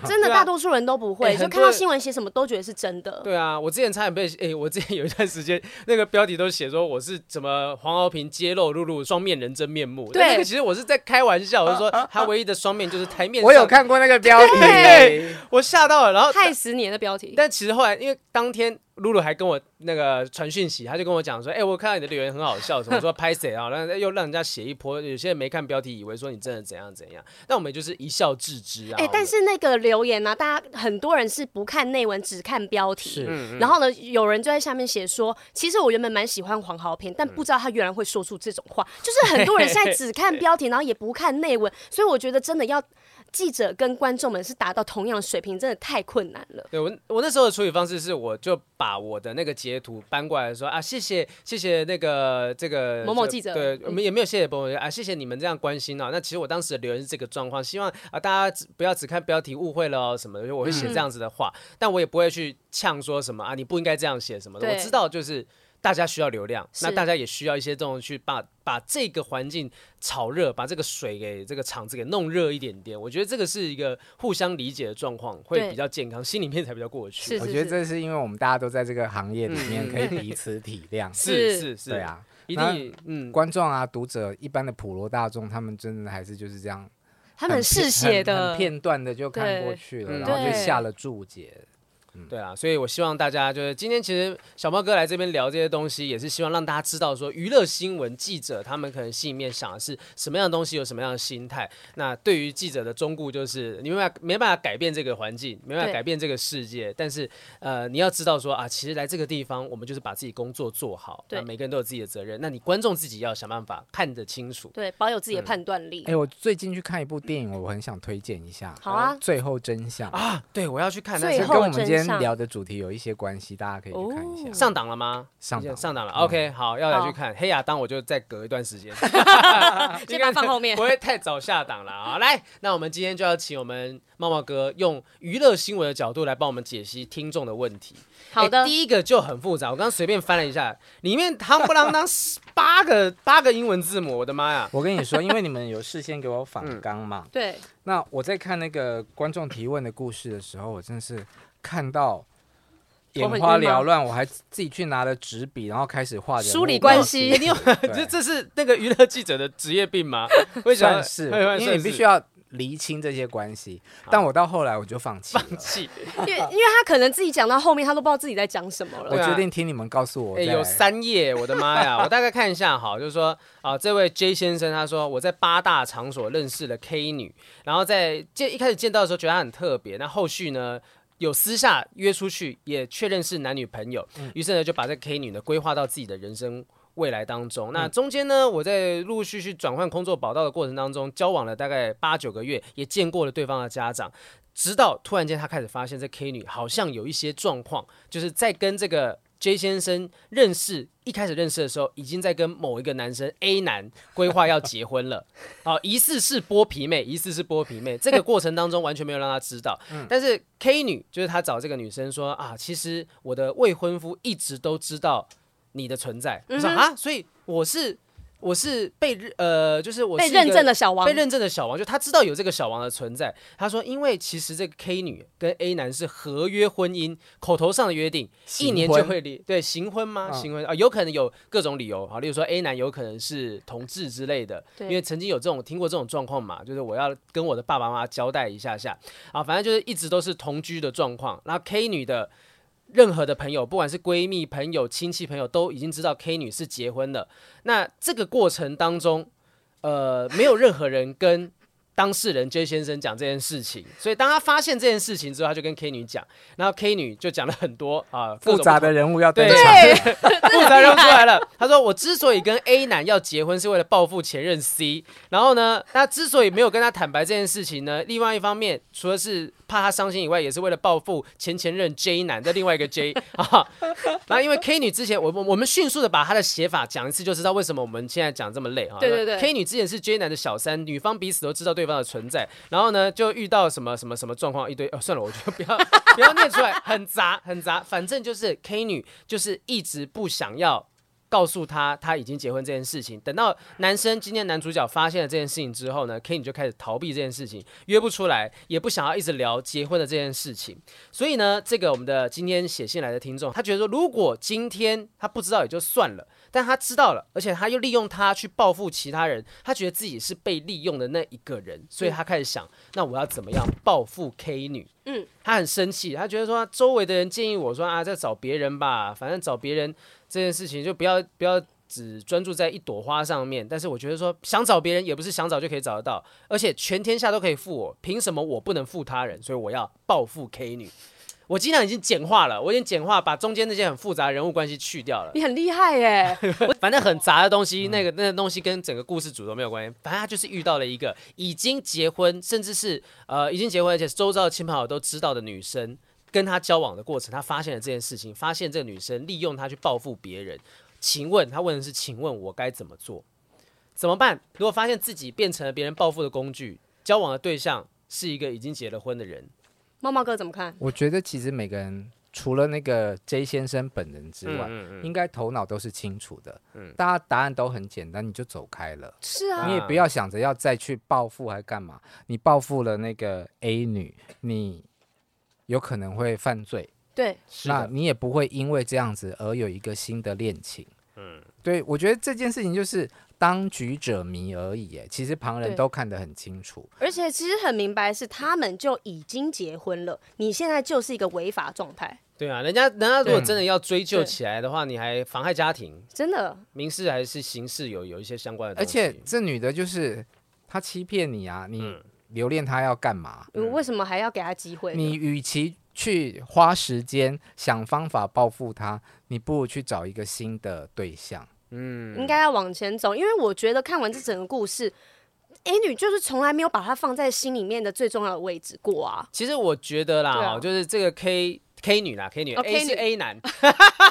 Speaker 3: 真的，
Speaker 2: 对啊
Speaker 3: 大多数人都不
Speaker 2: 哎
Speaker 3: 会，就
Speaker 2: 很
Speaker 3: 看
Speaker 2: 多
Speaker 3: 到
Speaker 2: 人
Speaker 3: 新闻写什么都觉得是真的。
Speaker 2: 对啊，我之前差点被诶、我之前有一段时间那个标题都写说我是怎么黄豪平揭露露露双面人真面目，但
Speaker 3: 对
Speaker 2: 那个其实我是在开玩笑，我是说他唯一的双面就是台面上，
Speaker 1: 我有，看过那个标题啊
Speaker 2: 对， (laughs) 我吓到了，然后
Speaker 3: 害死你的标题，
Speaker 2: 但其实后来，因为当天露露还跟我那个传讯息，他就跟我讲说：“哎、我看到你的留言很好笑，什么说拍谁啊？然后又让人家写一波，有些人没看标题，以为说你真的怎样怎样。”但我们就是一笑置之啊。
Speaker 3: 哎、但是那个留言呢、啊大家很多人是不看内文，只看标题。
Speaker 1: 是
Speaker 2: 嗯
Speaker 3: 然后呢，有人就在下面写说，其实我原本蛮喜欢黄豪
Speaker 2: 嗯
Speaker 3: 平，但不知道他原来会说出这种话。就是很多人现在只看标题，然后也不看内文，所以我觉得真的要记者跟观众们是达到同样的水平，真的太困难了。
Speaker 2: 对我我那时候的处理方式是，我就把我的那个截图搬过来说啊，谢谢谢谢那个这个
Speaker 3: 某某
Speaker 2: 这
Speaker 3: 记者
Speaker 2: 对我们也没有谢谢某某记者啊，谢谢你们这样关心啊。那其实我当时的留言是这个状况，希望啊大家只不要只看标题误会了哦什么的，就我会写这样子的话，但我也不会去呛说什么啊你不应该这样写什么的。我
Speaker 3: 对
Speaker 2: 知道就是。大家需要流量，那
Speaker 3: 是
Speaker 2: 大家也需要一些这种去把把这个环境炒热，把这个水给这个场子给弄热一点点。我觉得这个是一个互相理解的状况，会
Speaker 3: 对
Speaker 2: 比较健康，心里面才比较过得去。哦
Speaker 3: 是
Speaker 1: 我觉得这是因为我们大家都在这个行业里面，可以彼此体谅。
Speaker 2: 嗯 (laughs) 是
Speaker 3: 是
Speaker 2: 是是，
Speaker 1: 对，啊，
Speaker 2: 一
Speaker 1: 那
Speaker 2: 定嗯，
Speaker 1: 观众啊、读者、一般的普罗大众，他们真的还是就是这样，
Speaker 3: 他们很
Speaker 1: 片
Speaker 3: 嗜血
Speaker 1: 很
Speaker 3: 的
Speaker 1: 很，片段的就看
Speaker 3: 对
Speaker 1: 过去了，
Speaker 2: 嗯
Speaker 1: 然后就
Speaker 3: 对
Speaker 1: 下了注解。
Speaker 2: 对啊，所以我希望大家就是今天其实小猫哥来这边聊这些东西，也是希望让大家知道说娱乐新闻记者他们可能心里面想的是什么样的东西，有什么样的心态。那对于记者的忠固就是你没办法没办法改变这个环境，没办法
Speaker 3: 对
Speaker 2: 改变这个世界，但是呃你要知道说啊，其实来这个地方我们就是把自己工作做好，
Speaker 3: 对
Speaker 2: 那每个人都有自己的责任，那你观众自己要想办法看得清楚。
Speaker 3: 对，保有自己的判断力。
Speaker 1: 哎、我最近去看一部电影，我很想推荐一下。
Speaker 3: 好啊
Speaker 1: 《最后真相》啊，
Speaker 2: 对，我要去看，那
Speaker 3: 最
Speaker 1: 这跟
Speaker 2: 是
Speaker 3: 后
Speaker 1: 我们今天
Speaker 3: 真相
Speaker 1: 聊的主题有一些关系，大家可以去看一下。
Speaker 3: 哦
Speaker 2: 嗯上档了吗？
Speaker 1: 上档了嗯
Speaker 2: 上档了。OK，好，要来去
Speaker 3: 好
Speaker 2: 看《黑亚当》，我就再隔一段时间，
Speaker 3: 先把它 (laughs) 放后面
Speaker 2: 不会太早下档了啊。来，那我们今天就要请我们茂茂哥用娱乐新闻的角度来帮我们解析听众的问题。
Speaker 3: 好的
Speaker 2: 诶哎第一个就很复杂，我刚刚随便翻了一下，里面夯不啷当八个八个英文字母，我的妈呀！
Speaker 1: 我跟你说，因为你们有事先给我
Speaker 2: 嗯
Speaker 1: 访纲嘛，
Speaker 3: 对，
Speaker 1: 那我在看那个观众提问的故事的时候，我真的是看到眼
Speaker 3: 头很
Speaker 1: 花
Speaker 3: 晕吗
Speaker 1: 缭乱，我还自己去拿了纸笔，然后开始画人
Speaker 3: 梳理
Speaker 1: 物
Speaker 3: 关
Speaker 1: 关
Speaker 3: 系
Speaker 2: 哎你有这
Speaker 1: (laughs) 对
Speaker 2: 这是那个娱乐记者的职业
Speaker 1: (laughs)
Speaker 2: 病吗？为什么
Speaker 1: 算
Speaker 2: (laughs)
Speaker 1: 是，
Speaker 2: 哎
Speaker 1: 因为
Speaker 2: 算
Speaker 1: 你必
Speaker 2: 是
Speaker 1: 须要厘清这些关系。但我到后来我就放弃了，
Speaker 2: 气。
Speaker 3: 因为因为他可能自己讲到后面，他都不知道自己在讲什么
Speaker 1: 我
Speaker 2: (laughs)
Speaker 3: 了。
Speaker 2: 对啊
Speaker 1: 决定听你们告诉我
Speaker 2: 哎、
Speaker 1: 再来。
Speaker 2: 有三页，我的妈呀！我大概看一下哈，就是说啊、这位 J 先生他说我在八大场所认识了 K 女，然后在见一开始见到的时候觉得她很特别，那后续呢有私下约出去，也确认是男女朋友，于是呢就把这个 K 女呢规划到自己的人生。未来当中，那中间呢，我在陆陆续续转换工作跑道的过程当中，交往了大概八九个月，也见过了对方的家长，直到突然间他开始发现这 K 女好像有一些状况，就是在跟这个 J 先生认识，一开始认识的时候，已经在跟某一个男生 A 男规划要结婚了。 (laughs) 好、疑似是剥皮妹，疑似是剥皮妹。这个过程当中完全没有让他知道，
Speaker 3: 嗯
Speaker 2: 但是 K 女就是她找这个女生说啊，其实我的未婚夫一直都知道你的存在，我说
Speaker 3: 嗯
Speaker 2: 啊，所以我是我是被呃，就是我是
Speaker 3: 被
Speaker 2: 一个
Speaker 3: 认证的小王
Speaker 2: 被，认证的小王，就他知道有这个小王的存在。他说，因为其实这个 K 女跟 A 男是合约婚姻，口头上的约定，
Speaker 1: 行
Speaker 2: 一
Speaker 1: 婚
Speaker 2: 年就会离对行婚吗？
Speaker 1: 嗯
Speaker 2: 行婚啊，有可能有各种理由啊，例如说 A 男有可能是同志之类的，
Speaker 3: 对
Speaker 2: 因为曾经有这种听过这种状况嘛，就是我要跟我的爸爸妈妈交代一下下啊，反正就是一直都是同居的状况。然后 K 女的。任何的朋友，不管是闺蜜、朋友、亲戚、朋友，都已经知道 K 女是结婚了。那这个过程当中，呃，没有任何人跟当事人 J 先生讲这件事情，所以当他发现这件事情之后，他就跟 K 女讲，然后 K 女就讲了很多啊、各
Speaker 1: 复
Speaker 2: 种
Speaker 1: 杂
Speaker 2: 不同
Speaker 1: 的人物要登
Speaker 2: 对
Speaker 1: 场，
Speaker 2: 复杂让出来了。他说：“我之所以跟 A 男要结婚，是为了报复前任 C。然后呢，他之所以没有跟他坦白这件事情呢，另外一方面，除了是怕他伤心以外，也是为了报复前前任 J 男的另外一个 J (laughs) 啊。 (laughs) 然后因为 K 女之前，我我我们迅速的把她的写法讲一次，就知道为什么我们现在讲这么累啊。
Speaker 3: 对对对
Speaker 2: K 女之前是 J 男的小三，女方彼此都知道对方的存在，然后呢，就遇到什么什么什么状况一堆。哦，算了，我就不要 (laughs) 不要念出来，很杂很杂。反正就是 K 女就是一直不想要告诉他他已经结婚这件事情。等到男生今天男主角发现了这件事情之后呢，K 女就开始逃避这件事情，约不出来，也不想要一直聊结婚的这件事情。所以呢，这个我们的今天写信来的听众，他觉得说，如果今天他不知道也就算了，但他知道了，而且他又利用他去报复其他人，他觉得自己是被利用的那一个人，所以他开始想，那我要怎么样报复 K 女？
Speaker 3: 嗯，
Speaker 2: 他很生气，他觉得说周围的人建议我说啊，再找别人吧，反正找别人这件事情就不要不要只专注在一朵花上面。但是我觉得说想找别人也不是想找就可以找得到，而且全天下都可以负我，凭什么我不能负他人？所以我要报复 K 女。我尽量已经简化了，我已经简化，把中间那些很复杂的人物关系去掉了。
Speaker 3: 你很厉害耶！
Speaker 2: 反正
Speaker 1: 哦
Speaker 2: 很杂的东
Speaker 1: 嗯
Speaker 2: 西，那个那个东西跟整个故事主轴没有关系。反正他就是遇到了一个已经结婚，甚至是呃已经结婚，而且周遭的亲朋好友都知道的女生，跟他交往的过程，他发现了这件事情，发现这个女生利用他去报复别人。请问他问的是，请问我该怎么做？怎么办？如果发现自己变成了别人报复的工具，交往的对象是一个已经结了婚的人，
Speaker 3: 猫猫哥怎么看？
Speaker 1: 我觉得其实每个人除了那个 J 先生本人之外，应该头脑都是清楚的。大家答案都很简单，你就走开了，
Speaker 3: 是
Speaker 2: 啊
Speaker 3: 啊，
Speaker 1: 你也不要想着要再去报复还干嘛。你报复了那个 A 女，你有可能会犯罪，
Speaker 3: 对，
Speaker 2: 是
Speaker 1: 那
Speaker 2: 的，
Speaker 1: 你也不会因为这样子而有一个新的恋情。嗯，对，我觉得这件事情就是当局者迷而已，哎，其实旁人
Speaker 3: 对
Speaker 1: 都看得很清楚。
Speaker 3: 而且其实很明白，是他们就已经结婚了，你现在就是一个违法状态，
Speaker 2: 对啊，人家人家如果
Speaker 1: 对
Speaker 2: 真的要追究
Speaker 3: 对
Speaker 2: 起来的话，你还妨害家庭，
Speaker 3: 真的。
Speaker 2: 民事还是刑事有有一些相关的
Speaker 1: 而
Speaker 2: 东西，
Speaker 1: 且这女的就是她欺骗你啊，你
Speaker 2: 嗯
Speaker 1: 留恋她要干嘛？
Speaker 3: 我为什么还要给他机会呢？
Speaker 1: 你与其去花时间想方法报复她，你不如去找一个新的对象。
Speaker 3: 应该要往前走，因为我觉得看完这整个故事，A 女就是从来没有把它放在心里面的最重要的位置过啊。
Speaker 2: 其实我觉得啦，
Speaker 3: 对啊
Speaker 2: 哦就是这个 K K 女啦，K 女、
Speaker 3: 哦
Speaker 2: A
Speaker 3: K
Speaker 2: 是
Speaker 3: 女
Speaker 2: A
Speaker 3: (laughs)
Speaker 2: 男，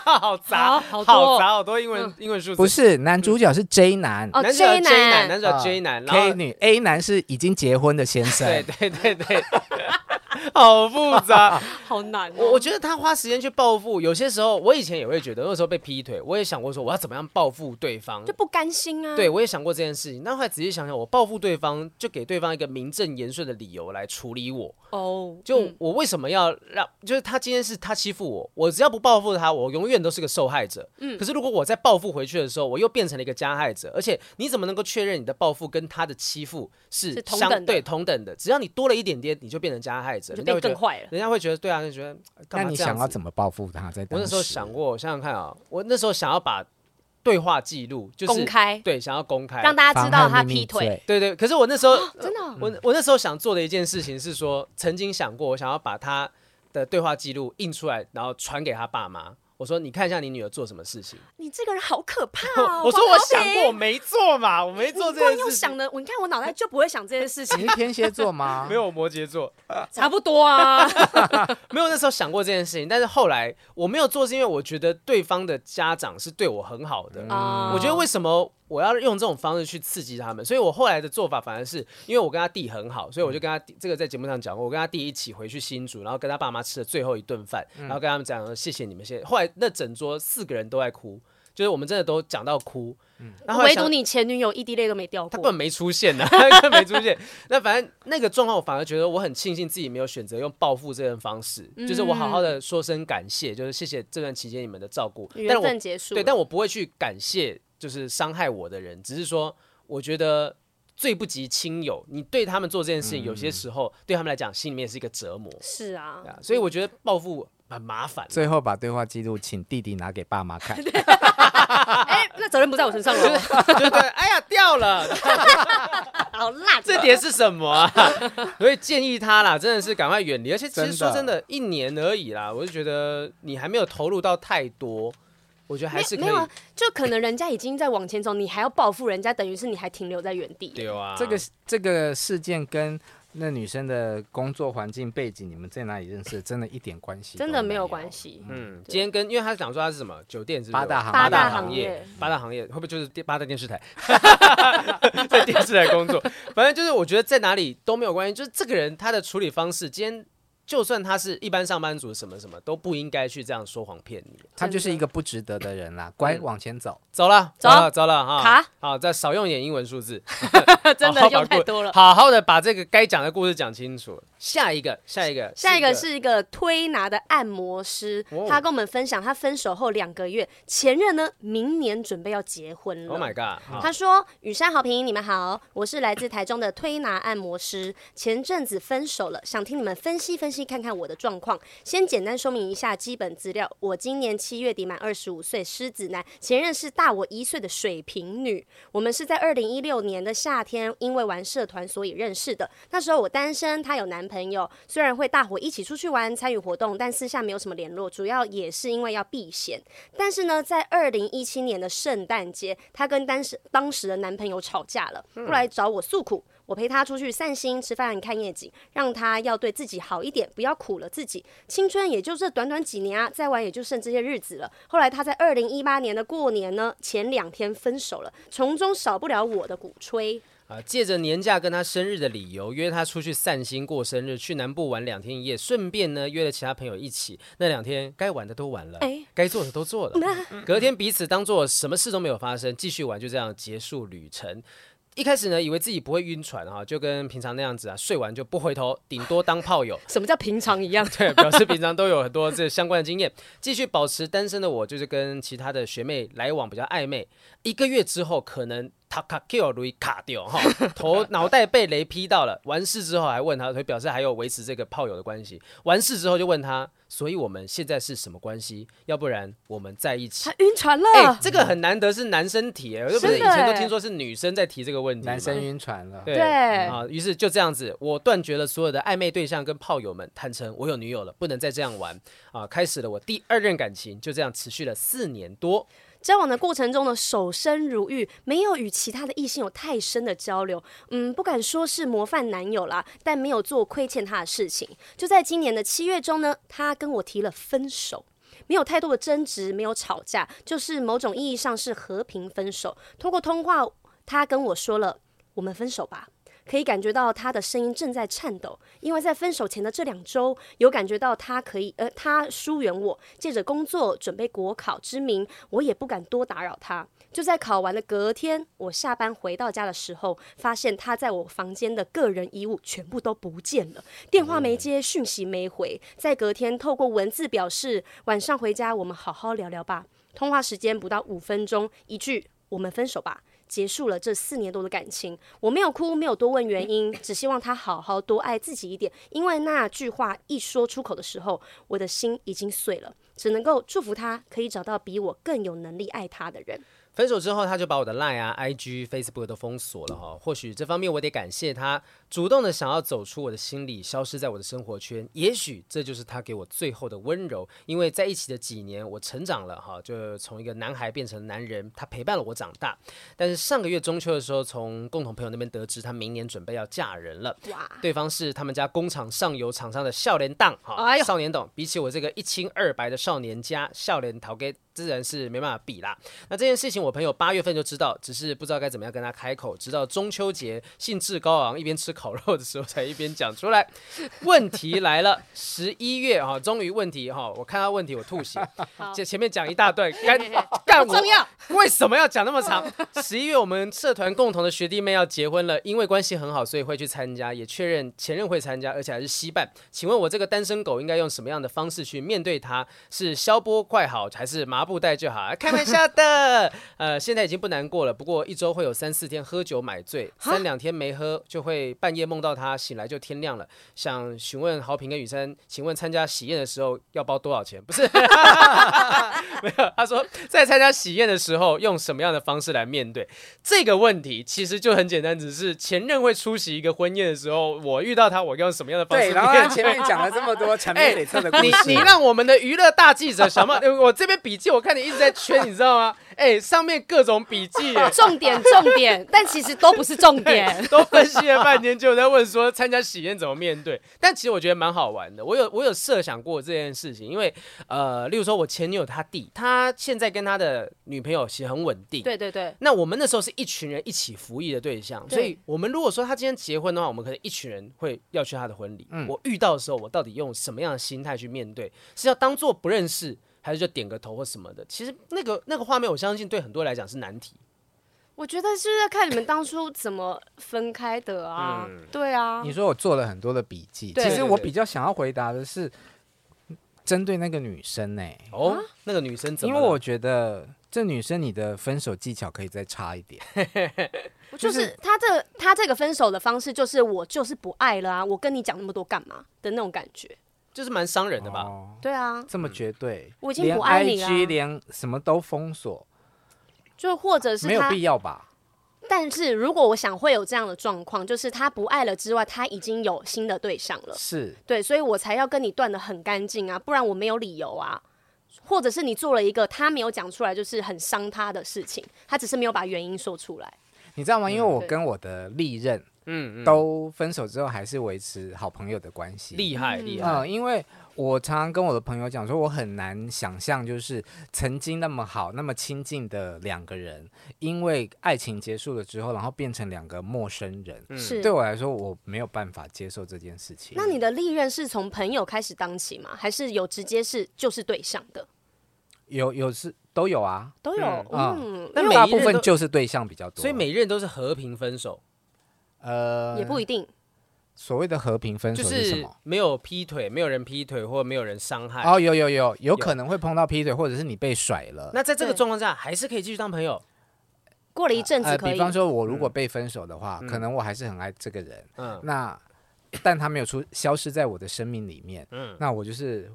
Speaker 2: 好杂，
Speaker 3: 好好多
Speaker 2: 好
Speaker 3: 哦
Speaker 2: 杂，好多英文、英文数字。
Speaker 1: 不是，男主角是 J 男。
Speaker 3: 哦
Speaker 2: 男主角
Speaker 3: J
Speaker 2: 男，男
Speaker 3: 男，
Speaker 2: 主角
Speaker 1: 啊
Speaker 2: J 男，然
Speaker 1: K
Speaker 2: (laughs) 后
Speaker 1: 女 A 男是已经结婚的先生，
Speaker 2: (laughs)
Speaker 1: (laughs)
Speaker 2: 对对对对，好复杂。
Speaker 3: 好难哦、
Speaker 2: 我我觉得他花时间去报复，有些时候我以前也会觉得，那时候被劈腿，我也想过说我要怎么样报复对方
Speaker 3: 就。不甘心啊。
Speaker 2: 对，，我也想过这件事情，但后来仔细想想，我报复对方，就给对方一个名正言顺的理由来处理我。
Speaker 3: 哦，
Speaker 2: 就我为什么要让？就是他今天是他欺负我，我只要不报复他，我永远都是个受害者。嗯，可是如果我在报复回去的时候，我又变成了一个加害者。而且你怎么能够确认你的报复跟他的欺负是
Speaker 3: 是同
Speaker 2: 相
Speaker 3: 等的
Speaker 2: 对同等的？只要你多了一点点，你就变成加害者，
Speaker 3: 就
Speaker 2: 人家
Speaker 3: 变
Speaker 2: 会觉
Speaker 3: 更
Speaker 2: 得，
Speaker 3: 坏了。
Speaker 2: 人家会觉得对啊，就觉得呃干
Speaker 1: 那
Speaker 2: 嘛
Speaker 1: 你
Speaker 2: 这样
Speaker 1: 想要
Speaker 2: 子
Speaker 1: 怎么报复他？在
Speaker 2: 我
Speaker 1: 当
Speaker 2: 那时候
Speaker 1: 时
Speaker 2: 想过，我想想看啊，我那时候想要把对话记录就是
Speaker 3: 公开
Speaker 2: 对，想要公开，
Speaker 3: 让大家知道
Speaker 1: 妨害
Speaker 3: 他
Speaker 1: 秘
Speaker 3: 劈
Speaker 1: 密
Speaker 3: 腿， (laughs)
Speaker 1: 罪，
Speaker 2: 对对。可是我那时候、
Speaker 3: 真的 (gasps) 哦、
Speaker 2: 我我那时候想做的一件事情是说，曾经想过我想要把他的对话记录印出来，然后传给他爸妈。我说：“你看一下你女儿做什么事情。
Speaker 3: 你这个人好可怕哦！
Speaker 2: 我说：“
Speaker 3: 黄
Speaker 2: 我
Speaker 3: 晓
Speaker 2: 想
Speaker 3: 平
Speaker 2: 过，我，没做嘛，我没做
Speaker 3: 你
Speaker 2: 这
Speaker 3: 光
Speaker 2: 件
Speaker 3: 用
Speaker 2: 事情。
Speaker 3: 想的，我你看我脑袋就不会想这件
Speaker 2: (laughs)
Speaker 3: 事情，
Speaker 1: 你是天蝎座吗？
Speaker 2: 没有摩羯座，
Speaker 3: 差不多啊。
Speaker 2: 没有那时候想过这件事情，但是后来我没有做，是因为我觉得对方的家长是对我很好的，
Speaker 3: 啊
Speaker 2: 我觉得为什么我要用这种方式去刺激他们？所以我后来的做法反而是，因为我跟他弟很好，所以我就跟他弟这个在节目上讲过，我跟他弟一起回去新竹，然后跟他爸妈吃了最后一顿饭，然后跟他们讲说谢谢你们，谢谢。后来那整桌四个人都在哭，就是我们真的都讲到哭，然后后来
Speaker 3: 唯
Speaker 2: 想
Speaker 3: 独你前女友一滴泪都没掉
Speaker 2: 他根
Speaker 3: 过
Speaker 2: 本，没出现呢、 (laughs) 他根本没出现。那反正那个状况，我反而觉得我很庆幸自己没有选择用报复这种方式，就是我好好的说声感谢，就是谢谢这段期间你们的照顾。但
Speaker 3: 嗯缘
Speaker 2: 我
Speaker 3: 分结束了。
Speaker 2: 对，但我不会去感谢就是伤害我的人，只是说我觉得罪不及亲友，你对他们做这件事情，
Speaker 3: 嗯
Speaker 2: 有些时候对他们来讲心里面是一个折磨，
Speaker 3: 是啊
Speaker 2: 对，啊所以我觉得报复很麻烦。
Speaker 1: 最后把对话记录请弟弟拿给爸妈
Speaker 3: (laughs)
Speaker 1: 看，
Speaker 3: 哎，那责任不在我身
Speaker 2: (laughs)
Speaker 3: 上了，
Speaker 2: 对对，哎呀掉了，
Speaker 3: 好辣。
Speaker 2: 这碟是什么
Speaker 3: (laughs)
Speaker 2: 啊？所以建议他啦，真的是赶快远离。而且其
Speaker 1: 真
Speaker 2: 实
Speaker 1: 的
Speaker 2: 说真的，一年而已啦，我就觉得你还没有投入到太多，我觉得还是可
Speaker 3: 没有啊
Speaker 2: 以，
Speaker 3: 就可能人家已经在往前走，你还要报复人家，等于是你还停留在原地。
Speaker 2: 丢啊。
Speaker 1: 这个这个事件跟那女生的工作环境背景，你们在哪里认识，真的一点关系
Speaker 3: 真
Speaker 1: 都
Speaker 3: 的没有啊
Speaker 1: 有
Speaker 3: 关。系。
Speaker 2: (laughs) 嗯，今天跟因为他讲说他是什么酒店是不
Speaker 1: 八
Speaker 2: 是
Speaker 1: 大行
Speaker 2: 八
Speaker 1: 八
Speaker 2: 大
Speaker 1: 大
Speaker 2: 行
Speaker 1: 行
Speaker 2: 业
Speaker 3: 业
Speaker 2: 八大行业会不会就是电八大电视台 (laughs) 在电视台工作？反正就是我觉得在哪里都没有关系，就是这个人他的处理方式，今天就算他是一般上班族什么什么都不应该去这样说谎骗你。
Speaker 1: 他就是一个不值得的人啦，乖，
Speaker 3: 嗯
Speaker 1: 往前走。
Speaker 2: 走了，
Speaker 3: 走
Speaker 2: 了，走了哈。
Speaker 3: 卡，
Speaker 2: 好，再少用点英文数字，
Speaker 3: 真
Speaker 2: 好
Speaker 3: 的
Speaker 2: 好把
Speaker 3: 用太
Speaker 2: 故
Speaker 3: 多了。
Speaker 2: 好好的把这个该讲的故事讲清楚。下一个，下一个，
Speaker 3: 下一个是一个推拿的按摩师，
Speaker 2: 哦
Speaker 3: 他跟我们分享，他分手后两个月，前任呢明年准备要结婚了。
Speaker 2: ，Oh my God，好
Speaker 3: 他说：“雨山好评，你们好，我是来自台中的推拿按摩师。前阵子分手了，想听你们分析分析看看我的状况。先简单说明一下基本资料：我今年七月底满二十五岁，狮子男，前任是大我一岁的水瓶女。我们是在二零一六年的夏天，因为玩社团所以认识的。那时候我单身，他有男朋友，虽然会大伙一起出去玩、参与活动，但私下没有什么联络，主要也是因为要避嫌。但是呢，在二零一七年的圣诞节，她跟当时当时的男朋友吵架了，过来找我诉苦。我陪她出去散心、吃饭、看夜景，让她要对自己好一点，不要苦了自己。青春也就这短短几年啊，再玩也就剩这些日子了。后来她在二零一八年的过年呢，前两天分手了，从中少不了我的鼓吹。
Speaker 2: 啊，借着年假跟他生日的理由，约他出去散心过生日，去南部玩两天一夜，顺便呢约了其他朋友一起。那两天该玩的都玩了，
Speaker 3: 哎
Speaker 2: 该做的都做了，隔天彼此当做什么事都没有发生，继续玩，就这样结束旅程。一开始呢，以为自己不会晕船啊，就跟平常那样子啊，睡完就不回头，顶多当炮友。
Speaker 3: 什么叫平常一样？
Speaker 2: (laughs) 对，表示平常都有很多这相关的经验。继续保持单身的我，就是跟其他的学妹来往比较暧昧。一个月之后，可能他卡 Q 雷卡掉哈，头脑袋被雷劈到了。完事之后还问他，所以表示还有维持这个炮友的关系。完事之后就问他，所以我们现在是什么关系？要不然我们在一起
Speaker 3: 她。晕船了。
Speaker 2: 哎、这个很难得是男生提、欸，又不是以
Speaker 3: 啊
Speaker 2: 前
Speaker 3: 真的
Speaker 2: 都
Speaker 3: 欸
Speaker 2: 听说是女生在提这个问题嘛，
Speaker 1: 男生晕船了，
Speaker 2: 对
Speaker 3: 对
Speaker 2: 啊，于是就这样子，我断绝了所有的暧昧对象跟炮友们，坦诚我有女友了，不能再这样玩啊！开始了我第二任感情，就这样持续了四年多。
Speaker 3: 交往的过程中呢，守身如玉，没有与其他的异性有太深的交流，嗯，不敢说是模范男友啦，但没有做亏欠他的事情。就在今年的七月中呢，他跟我提了分手。没有太多的争执，没有吵架，就是某种意义上是和平分手。通过通话，他跟我说了：“我们分手吧。”可以感觉到他的声音正在颤抖，因为在分手前的这两周，有感觉到他可以，呃，他疏远我，借着工作准备国考之名，我也不敢多打扰他。就在考完的隔天，我下班回到家的时候，发现他在我房间的个人衣物全部都不见了，电话没接，讯息没回。在隔天，透过文字表示，晚上回家我们好好聊聊吧。通话时间不到五分钟，一句“我们分手吧”，结束了这四年多的感情。我没有哭，没有多问原 (coughs) 因，只希望他好好多爱自己一点。因为那句话一说出口的时候，我的心已经碎了，只能够祝福他可以找到比我更有能力爱他的人。
Speaker 2: 分手之后，他就把我的 Line 啊、IG、Facebook 都封锁了哈、或许这方面我得感谢他，主动的想要走出我的心里，消失在我的生活圈。也许这就是他给我最后的温柔，因为在一起的几年，我成长了哈、就从一个男孩变成男人，他陪伴了我长大。但是上个月中秋的时候，从共同朋友那边得知，他明年准备要嫁人了。
Speaker 3: 哇！
Speaker 2: 对方是他们家工厂上游厂商的少年档哈，
Speaker 3: 哎呦
Speaker 2: 少年董，比起我这个一清二白的少年家，少年陶给自然是没办法比啦。那这件事情我朋友八月份就知道，只是不知道该怎么样跟他开口，直到中秋节兴致高昂，一边吃烤肉的时候才一边讲出
Speaker 3: (laughs)
Speaker 2: 来。问题来了，十一月哈，终于问题哈，我看到问题我吐
Speaker 3: (laughs)
Speaker 2: 血，这前面讲一大段，干干我
Speaker 3: 重要。
Speaker 2: (laughs) 为什么要讲那么长？十一月我们社团共同的学弟妹要结婚了，因为关系很好，所以会去参加，也确认前任会参加，而且还是西办。请问我这个单身狗应该用什么样的方式去面对他？是消波快好，还是麻布袋就好？啊开玩笑的。呃，现在已经不难过了，不过一周会有三四天喝酒买醉，三两天没喝就会半夜梦到他，醒来就天亮了。想询问豪平跟雨珊，请问参加喜宴的时候要包多少钱？不
Speaker 1: (laughs)
Speaker 2: 是， (laughs) 没有。他说在参加喜宴的时候用什么样的方式来面对这个问题？其实就很简单，只是前任会出席一个婚宴的时候，我遇到他，我用什么样的方式
Speaker 1: 对，
Speaker 2: 面
Speaker 1: 然后他前面讲了这么
Speaker 3: (laughs)
Speaker 1: 多前面
Speaker 2: 哎
Speaker 1: 得测的故
Speaker 2: 你
Speaker 1: 事，
Speaker 2: 你让我们的娱乐大记者小猫，呃我这边笔记我看你一直在圈，你知道吗？哎、上面各种笔记耶
Speaker 3: 重点重点， (laughs) 但其实都不是重点。
Speaker 2: 都分析了半天，就在问说参加喜宴怎么面对。但其实我觉得蛮好玩的，我有我有设想过这件事情，因为呃，例如说我前女友她弟，他现在跟他的女朋友其实很稳定，
Speaker 3: (laughs) 对对对，
Speaker 2: 那我们那时候是一群人一起服役的对象，
Speaker 3: 对
Speaker 2: 所以我们如果说他今天结婚的话，我们可能一群人会要去他的婚礼。
Speaker 1: 嗯
Speaker 2: 我遇到的时候，我到底用什么样的心态去面对？是要当做不认识，还是就点个头或什么的？其实那个那个画面，我相信对很多人来讲是难题。
Speaker 3: 我觉得是要看你们当初怎么分开的啊。对啊，
Speaker 1: 你说我做了很多的笔记，
Speaker 3: 对
Speaker 1: 其实我
Speaker 2: 对对
Speaker 1: 比较想要回答的是针对那个女生呢、
Speaker 3: 啊
Speaker 2: 哦，那个女生怎
Speaker 1: 因
Speaker 2: 么
Speaker 1: 为
Speaker 2: 了？
Speaker 1: 我觉得这女生你的分手技巧可以再差一点。
Speaker 3: 我就是他这他这个分手的方式，就是我就是不爱了啊，我跟你讲那么多干嘛的那种感觉。
Speaker 2: 就是蛮伤人的吧？
Speaker 1: 哦，
Speaker 3: 对啊，
Speaker 1: 这么绝对，
Speaker 3: 我已经不爱你
Speaker 1: 连
Speaker 3: 了啊
Speaker 1: IG 连什么都封锁，
Speaker 3: 就或者是
Speaker 1: 没有
Speaker 3: 他，
Speaker 1: 必要吧？
Speaker 3: 但是如果我想会有这样的状况，就是他不爱了之外，他已经有新的对象了。
Speaker 1: 是，
Speaker 3: 对，所以我才要跟你断的很干净啊，不然我没有理由啊。或者是你做了一个他没有讲出来，就是很伤他的事情，他只是没有把原因说出来。
Speaker 1: 你知道吗？因为我
Speaker 3: 对
Speaker 1: 跟我的历任
Speaker 2: 嗯嗯，
Speaker 1: 都分手之后，还是维持好朋友的关系。
Speaker 2: 厉害厉害。
Speaker 1: 嗯，因为我常常跟我的朋友讲说，我很难想象，就是曾经那么好、那么亲近的两个人，因为爱情结束了之后，然后变成两个陌生人。
Speaker 2: 嗯
Speaker 3: 是
Speaker 1: 对我来说，我没有办法接受这件事情。
Speaker 3: 那你的利刃是从朋友开始当起吗？还是有直接是就是对象的？
Speaker 1: 有有是都有啊，
Speaker 3: 都有，嗯，
Speaker 2: 那每
Speaker 3: 因为
Speaker 1: 大
Speaker 2: 一
Speaker 1: 部
Speaker 2: 任
Speaker 1: 分
Speaker 2: 都
Speaker 1: 就是对象比较多，
Speaker 2: 所以每一任都是和平分手，
Speaker 1: 呃
Speaker 3: 也不一定。
Speaker 1: 所谓的和平分手
Speaker 2: 就是
Speaker 1: 什
Speaker 2: 是
Speaker 1: 么？
Speaker 2: 没有劈腿，没有人劈腿，或没有人伤害。
Speaker 1: 哦，有有有，有可能会碰到劈腿，或者是你被甩了。
Speaker 2: 那在这个
Speaker 3: 对
Speaker 2: 状况下，还是可以继续当朋友。
Speaker 3: 过了一阵子
Speaker 1: 呃，
Speaker 3: 可以，
Speaker 1: 比方说，我如果被分手的话，可能我还是很爱这个人，
Speaker 2: 嗯
Speaker 1: 那但他没有出消失在我的生命里面，
Speaker 2: 嗯
Speaker 1: 那我就是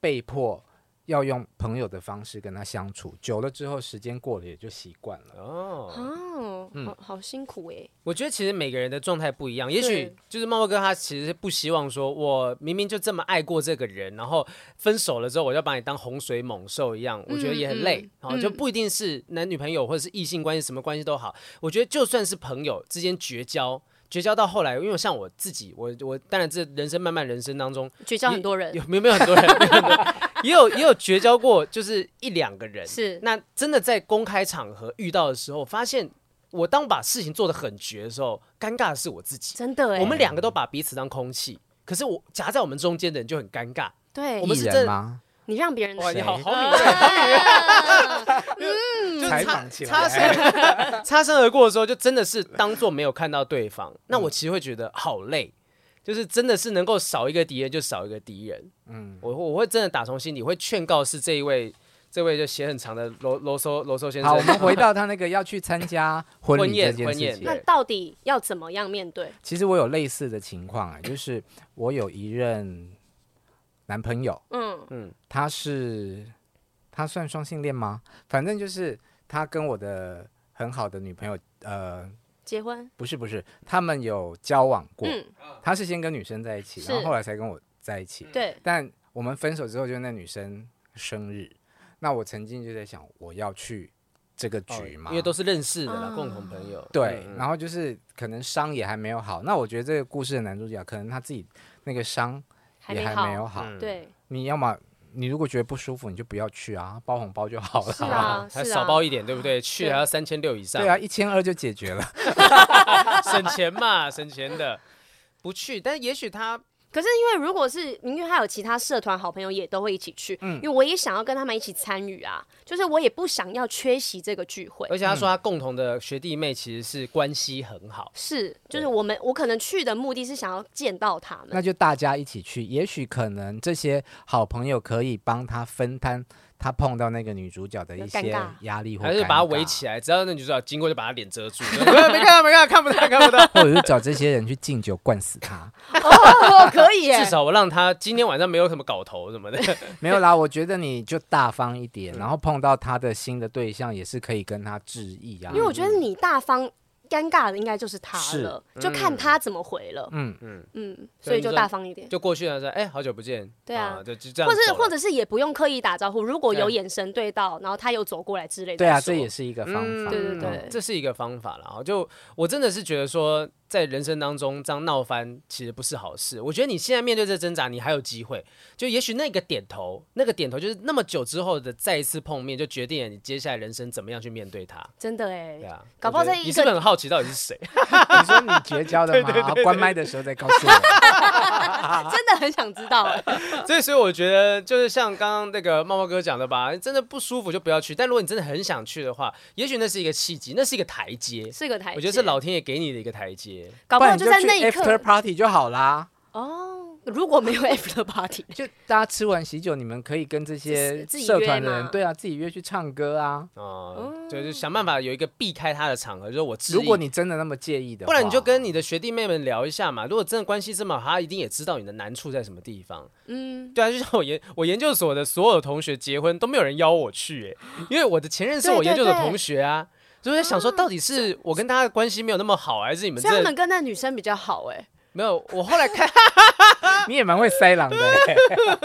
Speaker 1: 被迫要用朋友的方式跟他相处，久了之后，时间过了也就习惯了。
Speaker 2: 哦，
Speaker 3: 哦，
Speaker 1: 嗯
Speaker 3: 好好辛苦哎、
Speaker 2: 我觉得其实每个人的状态不一样，也许
Speaker 3: 对
Speaker 2: 就是茂茂哥他其实是不希望说，我明明就这么爱过这个人，然后分手了之后，我就把你当洪水猛兽一样，我觉得也很累
Speaker 3: 嗯。
Speaker 2: 然后就不一定是男女朋友或者是异性关系，什么关系都好，我觉得就算是朋友之间绝交，绝交到后来，因为像我自己，我我当然这人生漫漫人生当中，
Speaker 3: 绝交很多人
Speaker 2: 有没有没有很多人，没有很多人也有也有绝交过，就是一两个人。
Speaker 3: 是
Speaker 2: 那真的在公开场合遇到的时候，发现我当把事情做得很绝的时候，尴尬的是我自己。
Speaker 3: 真的哎、
Speaker 2: 我们两个都把彼此当空气，可是我夹在我们中间的人就很尴尬。
Speaker 3: 对
Speaker 2: 我们
Speaker 1: 艺
Speaker 2: 是
Speaker 1: 人
Speaker 2: 真
Speaker 1: 吗？
Speaker 3: 你让别人
Speaker 2: 哇，你
Speaker 1: 谁
Speaker 2: 好好敏锐，
Speaker 3: (laughs) 啊
Speaker 2: 就是
Speaker 1: 采
Speaker 2: 插
Speaker 1: 访起
Speaker 2: 插
Speaker 1: 来 (laughs)
Speaker 2: 身擦身而过的时候，就真的是当做没有看到对方。那我其实会觉得好累，就是真的是能够少一个敌人就少一个敌人。嗯，我我会真的打从心底会劝告是这一位这位就写很长的罗罗搜罗搜先生。
Speaker 1: 好，我们回到他那个要去参加婚
Speaker 2: 婚
Speaker 1: 礼这
Speaker 2: 宴
Speaker 1: 件
Speaker 2: 婚
Speaker 1: 事
Speaker 2: 宴
Speaker 1: 情。
Speaker 3: 那到底要怎么样面对？
Speaker 1: 其实我有类似的情况啊，就是我有一任男朋友，
Speaker 3: 嗯，
Speaker 1: 他是他算双性恋吗？反正就是他跟我的很好的女朋友，呃，
Speaker 3: 结婚，
Speaker 1: 不是不是，他们有交往过，
Speaker 3: 嗯，
Speaker 1: 他是先跟女生在一起，然后
Speaker 3: 是
Speaker 1: 后来才跟我在一起。
Speaker 3: 对，
Speaker 1: 但我们分手之后，就是那女生生日，那我曾经就在想，我要去这个
Speaker 2: 哦
Speaker 1: 局嘛，
Speaker 2: 因为都是认识的啦
Speaker 3: 啊，
Speaker 2: 共同朋友。
Speaker 1: 对，
Speaker 2: 嗯
Speaker 1: 然后就是可能伤也还没有好。那我觉得这个故事的男主角可能他自己那个伤
Speaker 3: 还
Speaker 1: 也
Speaker 3: 没
Speaker 1: 还
Speaker 3: 好，
Speaker 1: 没有好。
Speaker 2: 嗯
Speaker 3: 对，
Speaker 1: 你要么你如果觉得不舒服，你就不要去啊，包红包就好了。
Speaker 2: (laughs)
Speaker 3: 是啊
Speaker 2: 还
Speaker 3: 是啊
Speaker 2: 少包一点，对不对？去
Speaker 3: 对
Speaker 2: 还要三千六以上，
Speaker 1: 对啊，一 (laughs) 千二就解决了。
Speaker 2: 省钱嘛，省钱的。不去，但也许他
Speaker 3: 可是因为如果是因为他有其他社团好朋友也都会一起去，因为我也想要跟他们一起参与啊，就是我也不想要缺席这个聚会
Speaker 2: 而。且他说他共同的学弟妹其实是关系很好，
Speaker 3: 是，就是我们我可能去的目的是想要见到他们。
Speaker 1: 那就大家一起去，也许可能这些好朋友可以帮他分担他碰到那个女主角的一
Speaker 3: 尴
Speaker 1: 些
Speaker 3: 尬
Speaker 1: 压力或
Speaker 2: 还是把他围
Speaker 1: 来。
Speaker 2: 起来，只要那女主角经过就把他脸
Speaker 1: (laughs)
Speaker 2: 遮住，就没看到没看到看不到看
Speaker 3: (laughs)
Speaker 2: 不到。
Speaker 1: 或者是找这些人去敬酒灌死他，
Speaker 3: 哦，可以耶，
Speaker 2: 至少我让他今天晚上没有什么搞头什么的， (laughs)
Speaker 1: 没有啦。我觉得你就大方一
Speaker 2: 嗯
Speaker 1: 点，然后碰到他的新的对象，也是可以跟他致意啊。
Speaker 3: 因为我觉得你大方尴尬的应该就是他
Speaker 1: 是
Speaker 3: 了，就看他怎么回了。
Speaker 1: 嗯
Speaker 3: 嗯，所以就大方一点。
Speaker 2: 就过去了说，哎、好久不见，
Speaker 3: 对啊
Speaker 2: 就就这样
Speaker 3: 或
Speaker 2: 走了，
Speaker 3: 者或者是也不用刻意打招呼，如果有
Speaker 2: 对
Speaker 3: 眼神对到，然后他有走过来之类的。
Speaker 1: 对啊，这也是一个方法。
Speaker 3: 对对
Speaker 1: 嗯 (laughs)
Speaker 3: 对
Speaker 2: 这是一个方法啦。哦就我真的是觉得说，在人生当中这样闹翻其实不是好事。我觉得你现在面对这挣扎，你还有机会。就也许那个点头，那个点头就是那么久之后的再一次碰面，就决定了你接下来人生怎么样去面对它。
Speaker 3: 真的哎
Speaker 2: 对，啊，
Speaker 3: (laughs) 搞不好
Speaker 2: 我觉得
Speaker 3: 在一
Speaker 2: 你
Speaker 3: 个
Speaker 2: 是不是很好奇到底是谁？ (laughs)
Speaker 1: 你说你绝交的
Speaker 3: (laughs)
Speaker 1: 吗？好关麦的时候再告诉我。
Speaker 2: 啊
Speaker 3: 真的很想知道哎。
Speaker 2: 所以，所以我觉得就是像刚刚那个茂茂哥讲的吧，真的不舒服就不要去。但如果你真的很想去的话，也许那是一个契机，那是一个台阶。
Speaker 3: 是个台阶，
Speaker 2: 我觉得是老天爷给你的一个台阶。
Speaker 3: (laughs) 搞不
Speaker 1: 不
Speaker 3: 好
Speaker 1: 然你
Speaker 3: 就
Speaker 1: 就
Speaker 3: 在
Speaker 1: 去
Speaker 3: 那一
Speaker 1: after
Speaker 3: 刻
Speaker 1: party 就好啦。
Speaker 3: 哦。如果没有 (laughs) after party，
Speaker 1: 就大家吃完喜酒，你们可以跟这些
Speaker 3: 自己
Speaker 1: 社团的
Speaker 3: 约
Speaker 1: 人
Speaker 3: 嘛，
Speaker 1: 对啊，自己约去唱歌啊。
Speaker 3: 哦
Speaker 2: 嗯，就是想办法有一个避开他的场合，就是我知。
Speaker 1: 如果你真的那么介意的话，
Speaker 2: 不然你就跟你的学弟妹们聊一下嘛。如果真的关系这么好，他一定也知道你的难处在什么地方。
Speaker 3: 嗯，
Speaker 2: 对啊，就像我研我研究所的所有同学结婚都没有人邀我去、耶，因为我的前任是
Speaker 3: 对
Speaker 2: 我研
Speaker 3: 对
Speaker 2: 究所
Speaker 3: 对嗯
Speaker 2: 同学啊。所以我在想说，到底是我跟他的关系没有那么好，还是你们
Speaker 3: 所以他们
Speaker 2: 这
Speaker 3: 跟那女生比较好哎，
Speaker 2: 没有？我后来看， (laughs)
Speaker 1: 你也蛮会塞狼的、
Speaker 3: (laughs)
Speaker 1: 欸。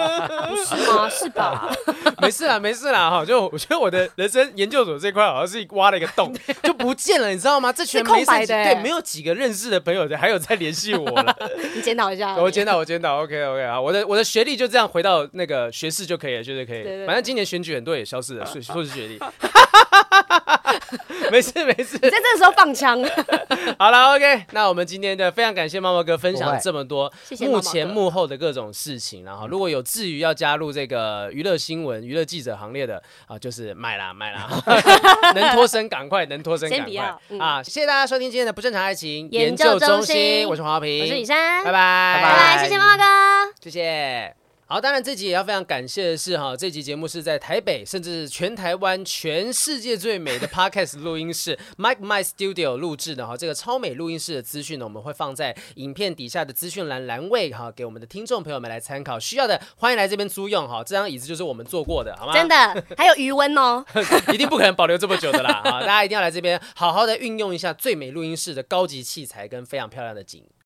Speaker 3: 啊不
Speaker 2: (laughs)
Speaker 3: 是吗？是吧？
Speaker 2: 没事啦，没事啦，哈，就我觉得我的人生研究所这块好像是挖了一个
Speaker 3: (laughs)
Speaker 2: 洞，就不见了，你知道吗？这群
Speaker 3: 是空
Speaker 2: 没剩
Speaker 3: 白
Speaker 2: 几
Speaker 3: 的欸
Speaker 2: 对，没有几个认识的朋友还有在联系我了。
Speaker 3: 哦你检讨一下，
Speaker 2: 我检讨，我检讨，OK OK 啊，我的我的学历就这样回到那个学士就可以了，就是可以了。
Speaker 3: 对对对
Speaker 2: 反正今年选举很多也消失了，硕硕士学
Speaker 3: (laughs)
Speaker 2: 历。没事没事，
Speaker 3: 你在这个时候
Speaker 2: (laughs)
Speaker 3: 放枪，
Speaker 2: 好了 OK，那我们今天的非常感谢猫猫哥分
Speaker 1: 不
Speaker 2: 享
Speaker 1: 会
Speaker 2: 这么多
Speaker 3: 谢谢猫
Speaker 2: 幕
Speaker 3: 猫
Speaker 2: 前
Speaker 3: 哥
Speaker 2: 幕后的各种事情，然后如果有至于要加入这个娱乐新闻、娱乐记者行列的啊，就是买啦买啦， (laughs) 能脱身赶快，能脱身
Speaker 3: 先
Speaker 2: 赶
Speaker 3: 不
Speaker 2: 快
Speaker 3: 要、嗯
Speaker 2: 啊！谢谢大家收听今天的不正常爱情
Speaker 3: 研究
Speaker 2: 究
Speaker 3: 中
Speaker 2: 心，
Speaker 3: 心
Speaker 2: 我是黄浩平，
Speaker 3: 我是雨珊，
Speaker 2: 拜拜，
Speaker 3: 拜
Speaker 2: 拜
Speaker 3: 拜，谢谢妈妈哥。
Speaker 2: 谢谢。好，当然这集也要非常感谢的是哈，这集节目是在台北，甚至是全台湾、全世界最美的 (laughs) Podcast 录音室 Mike My Studio 录制的哈。这个超美录音室的资讯呢，我们会放在影片底下的资讯栏栏位哈，给我们的听众朋友们来参考。需要的欢迎来这边租用哈，这张椅子就是我们坐过的，好吗？
Speaker 3: 真的，还有余温哦，
Speaker 2: 一定不可能保留这么久的啦啊！大家一定要来这边好好的运用一下最美录音室的高级器材跟非常漂亮的景。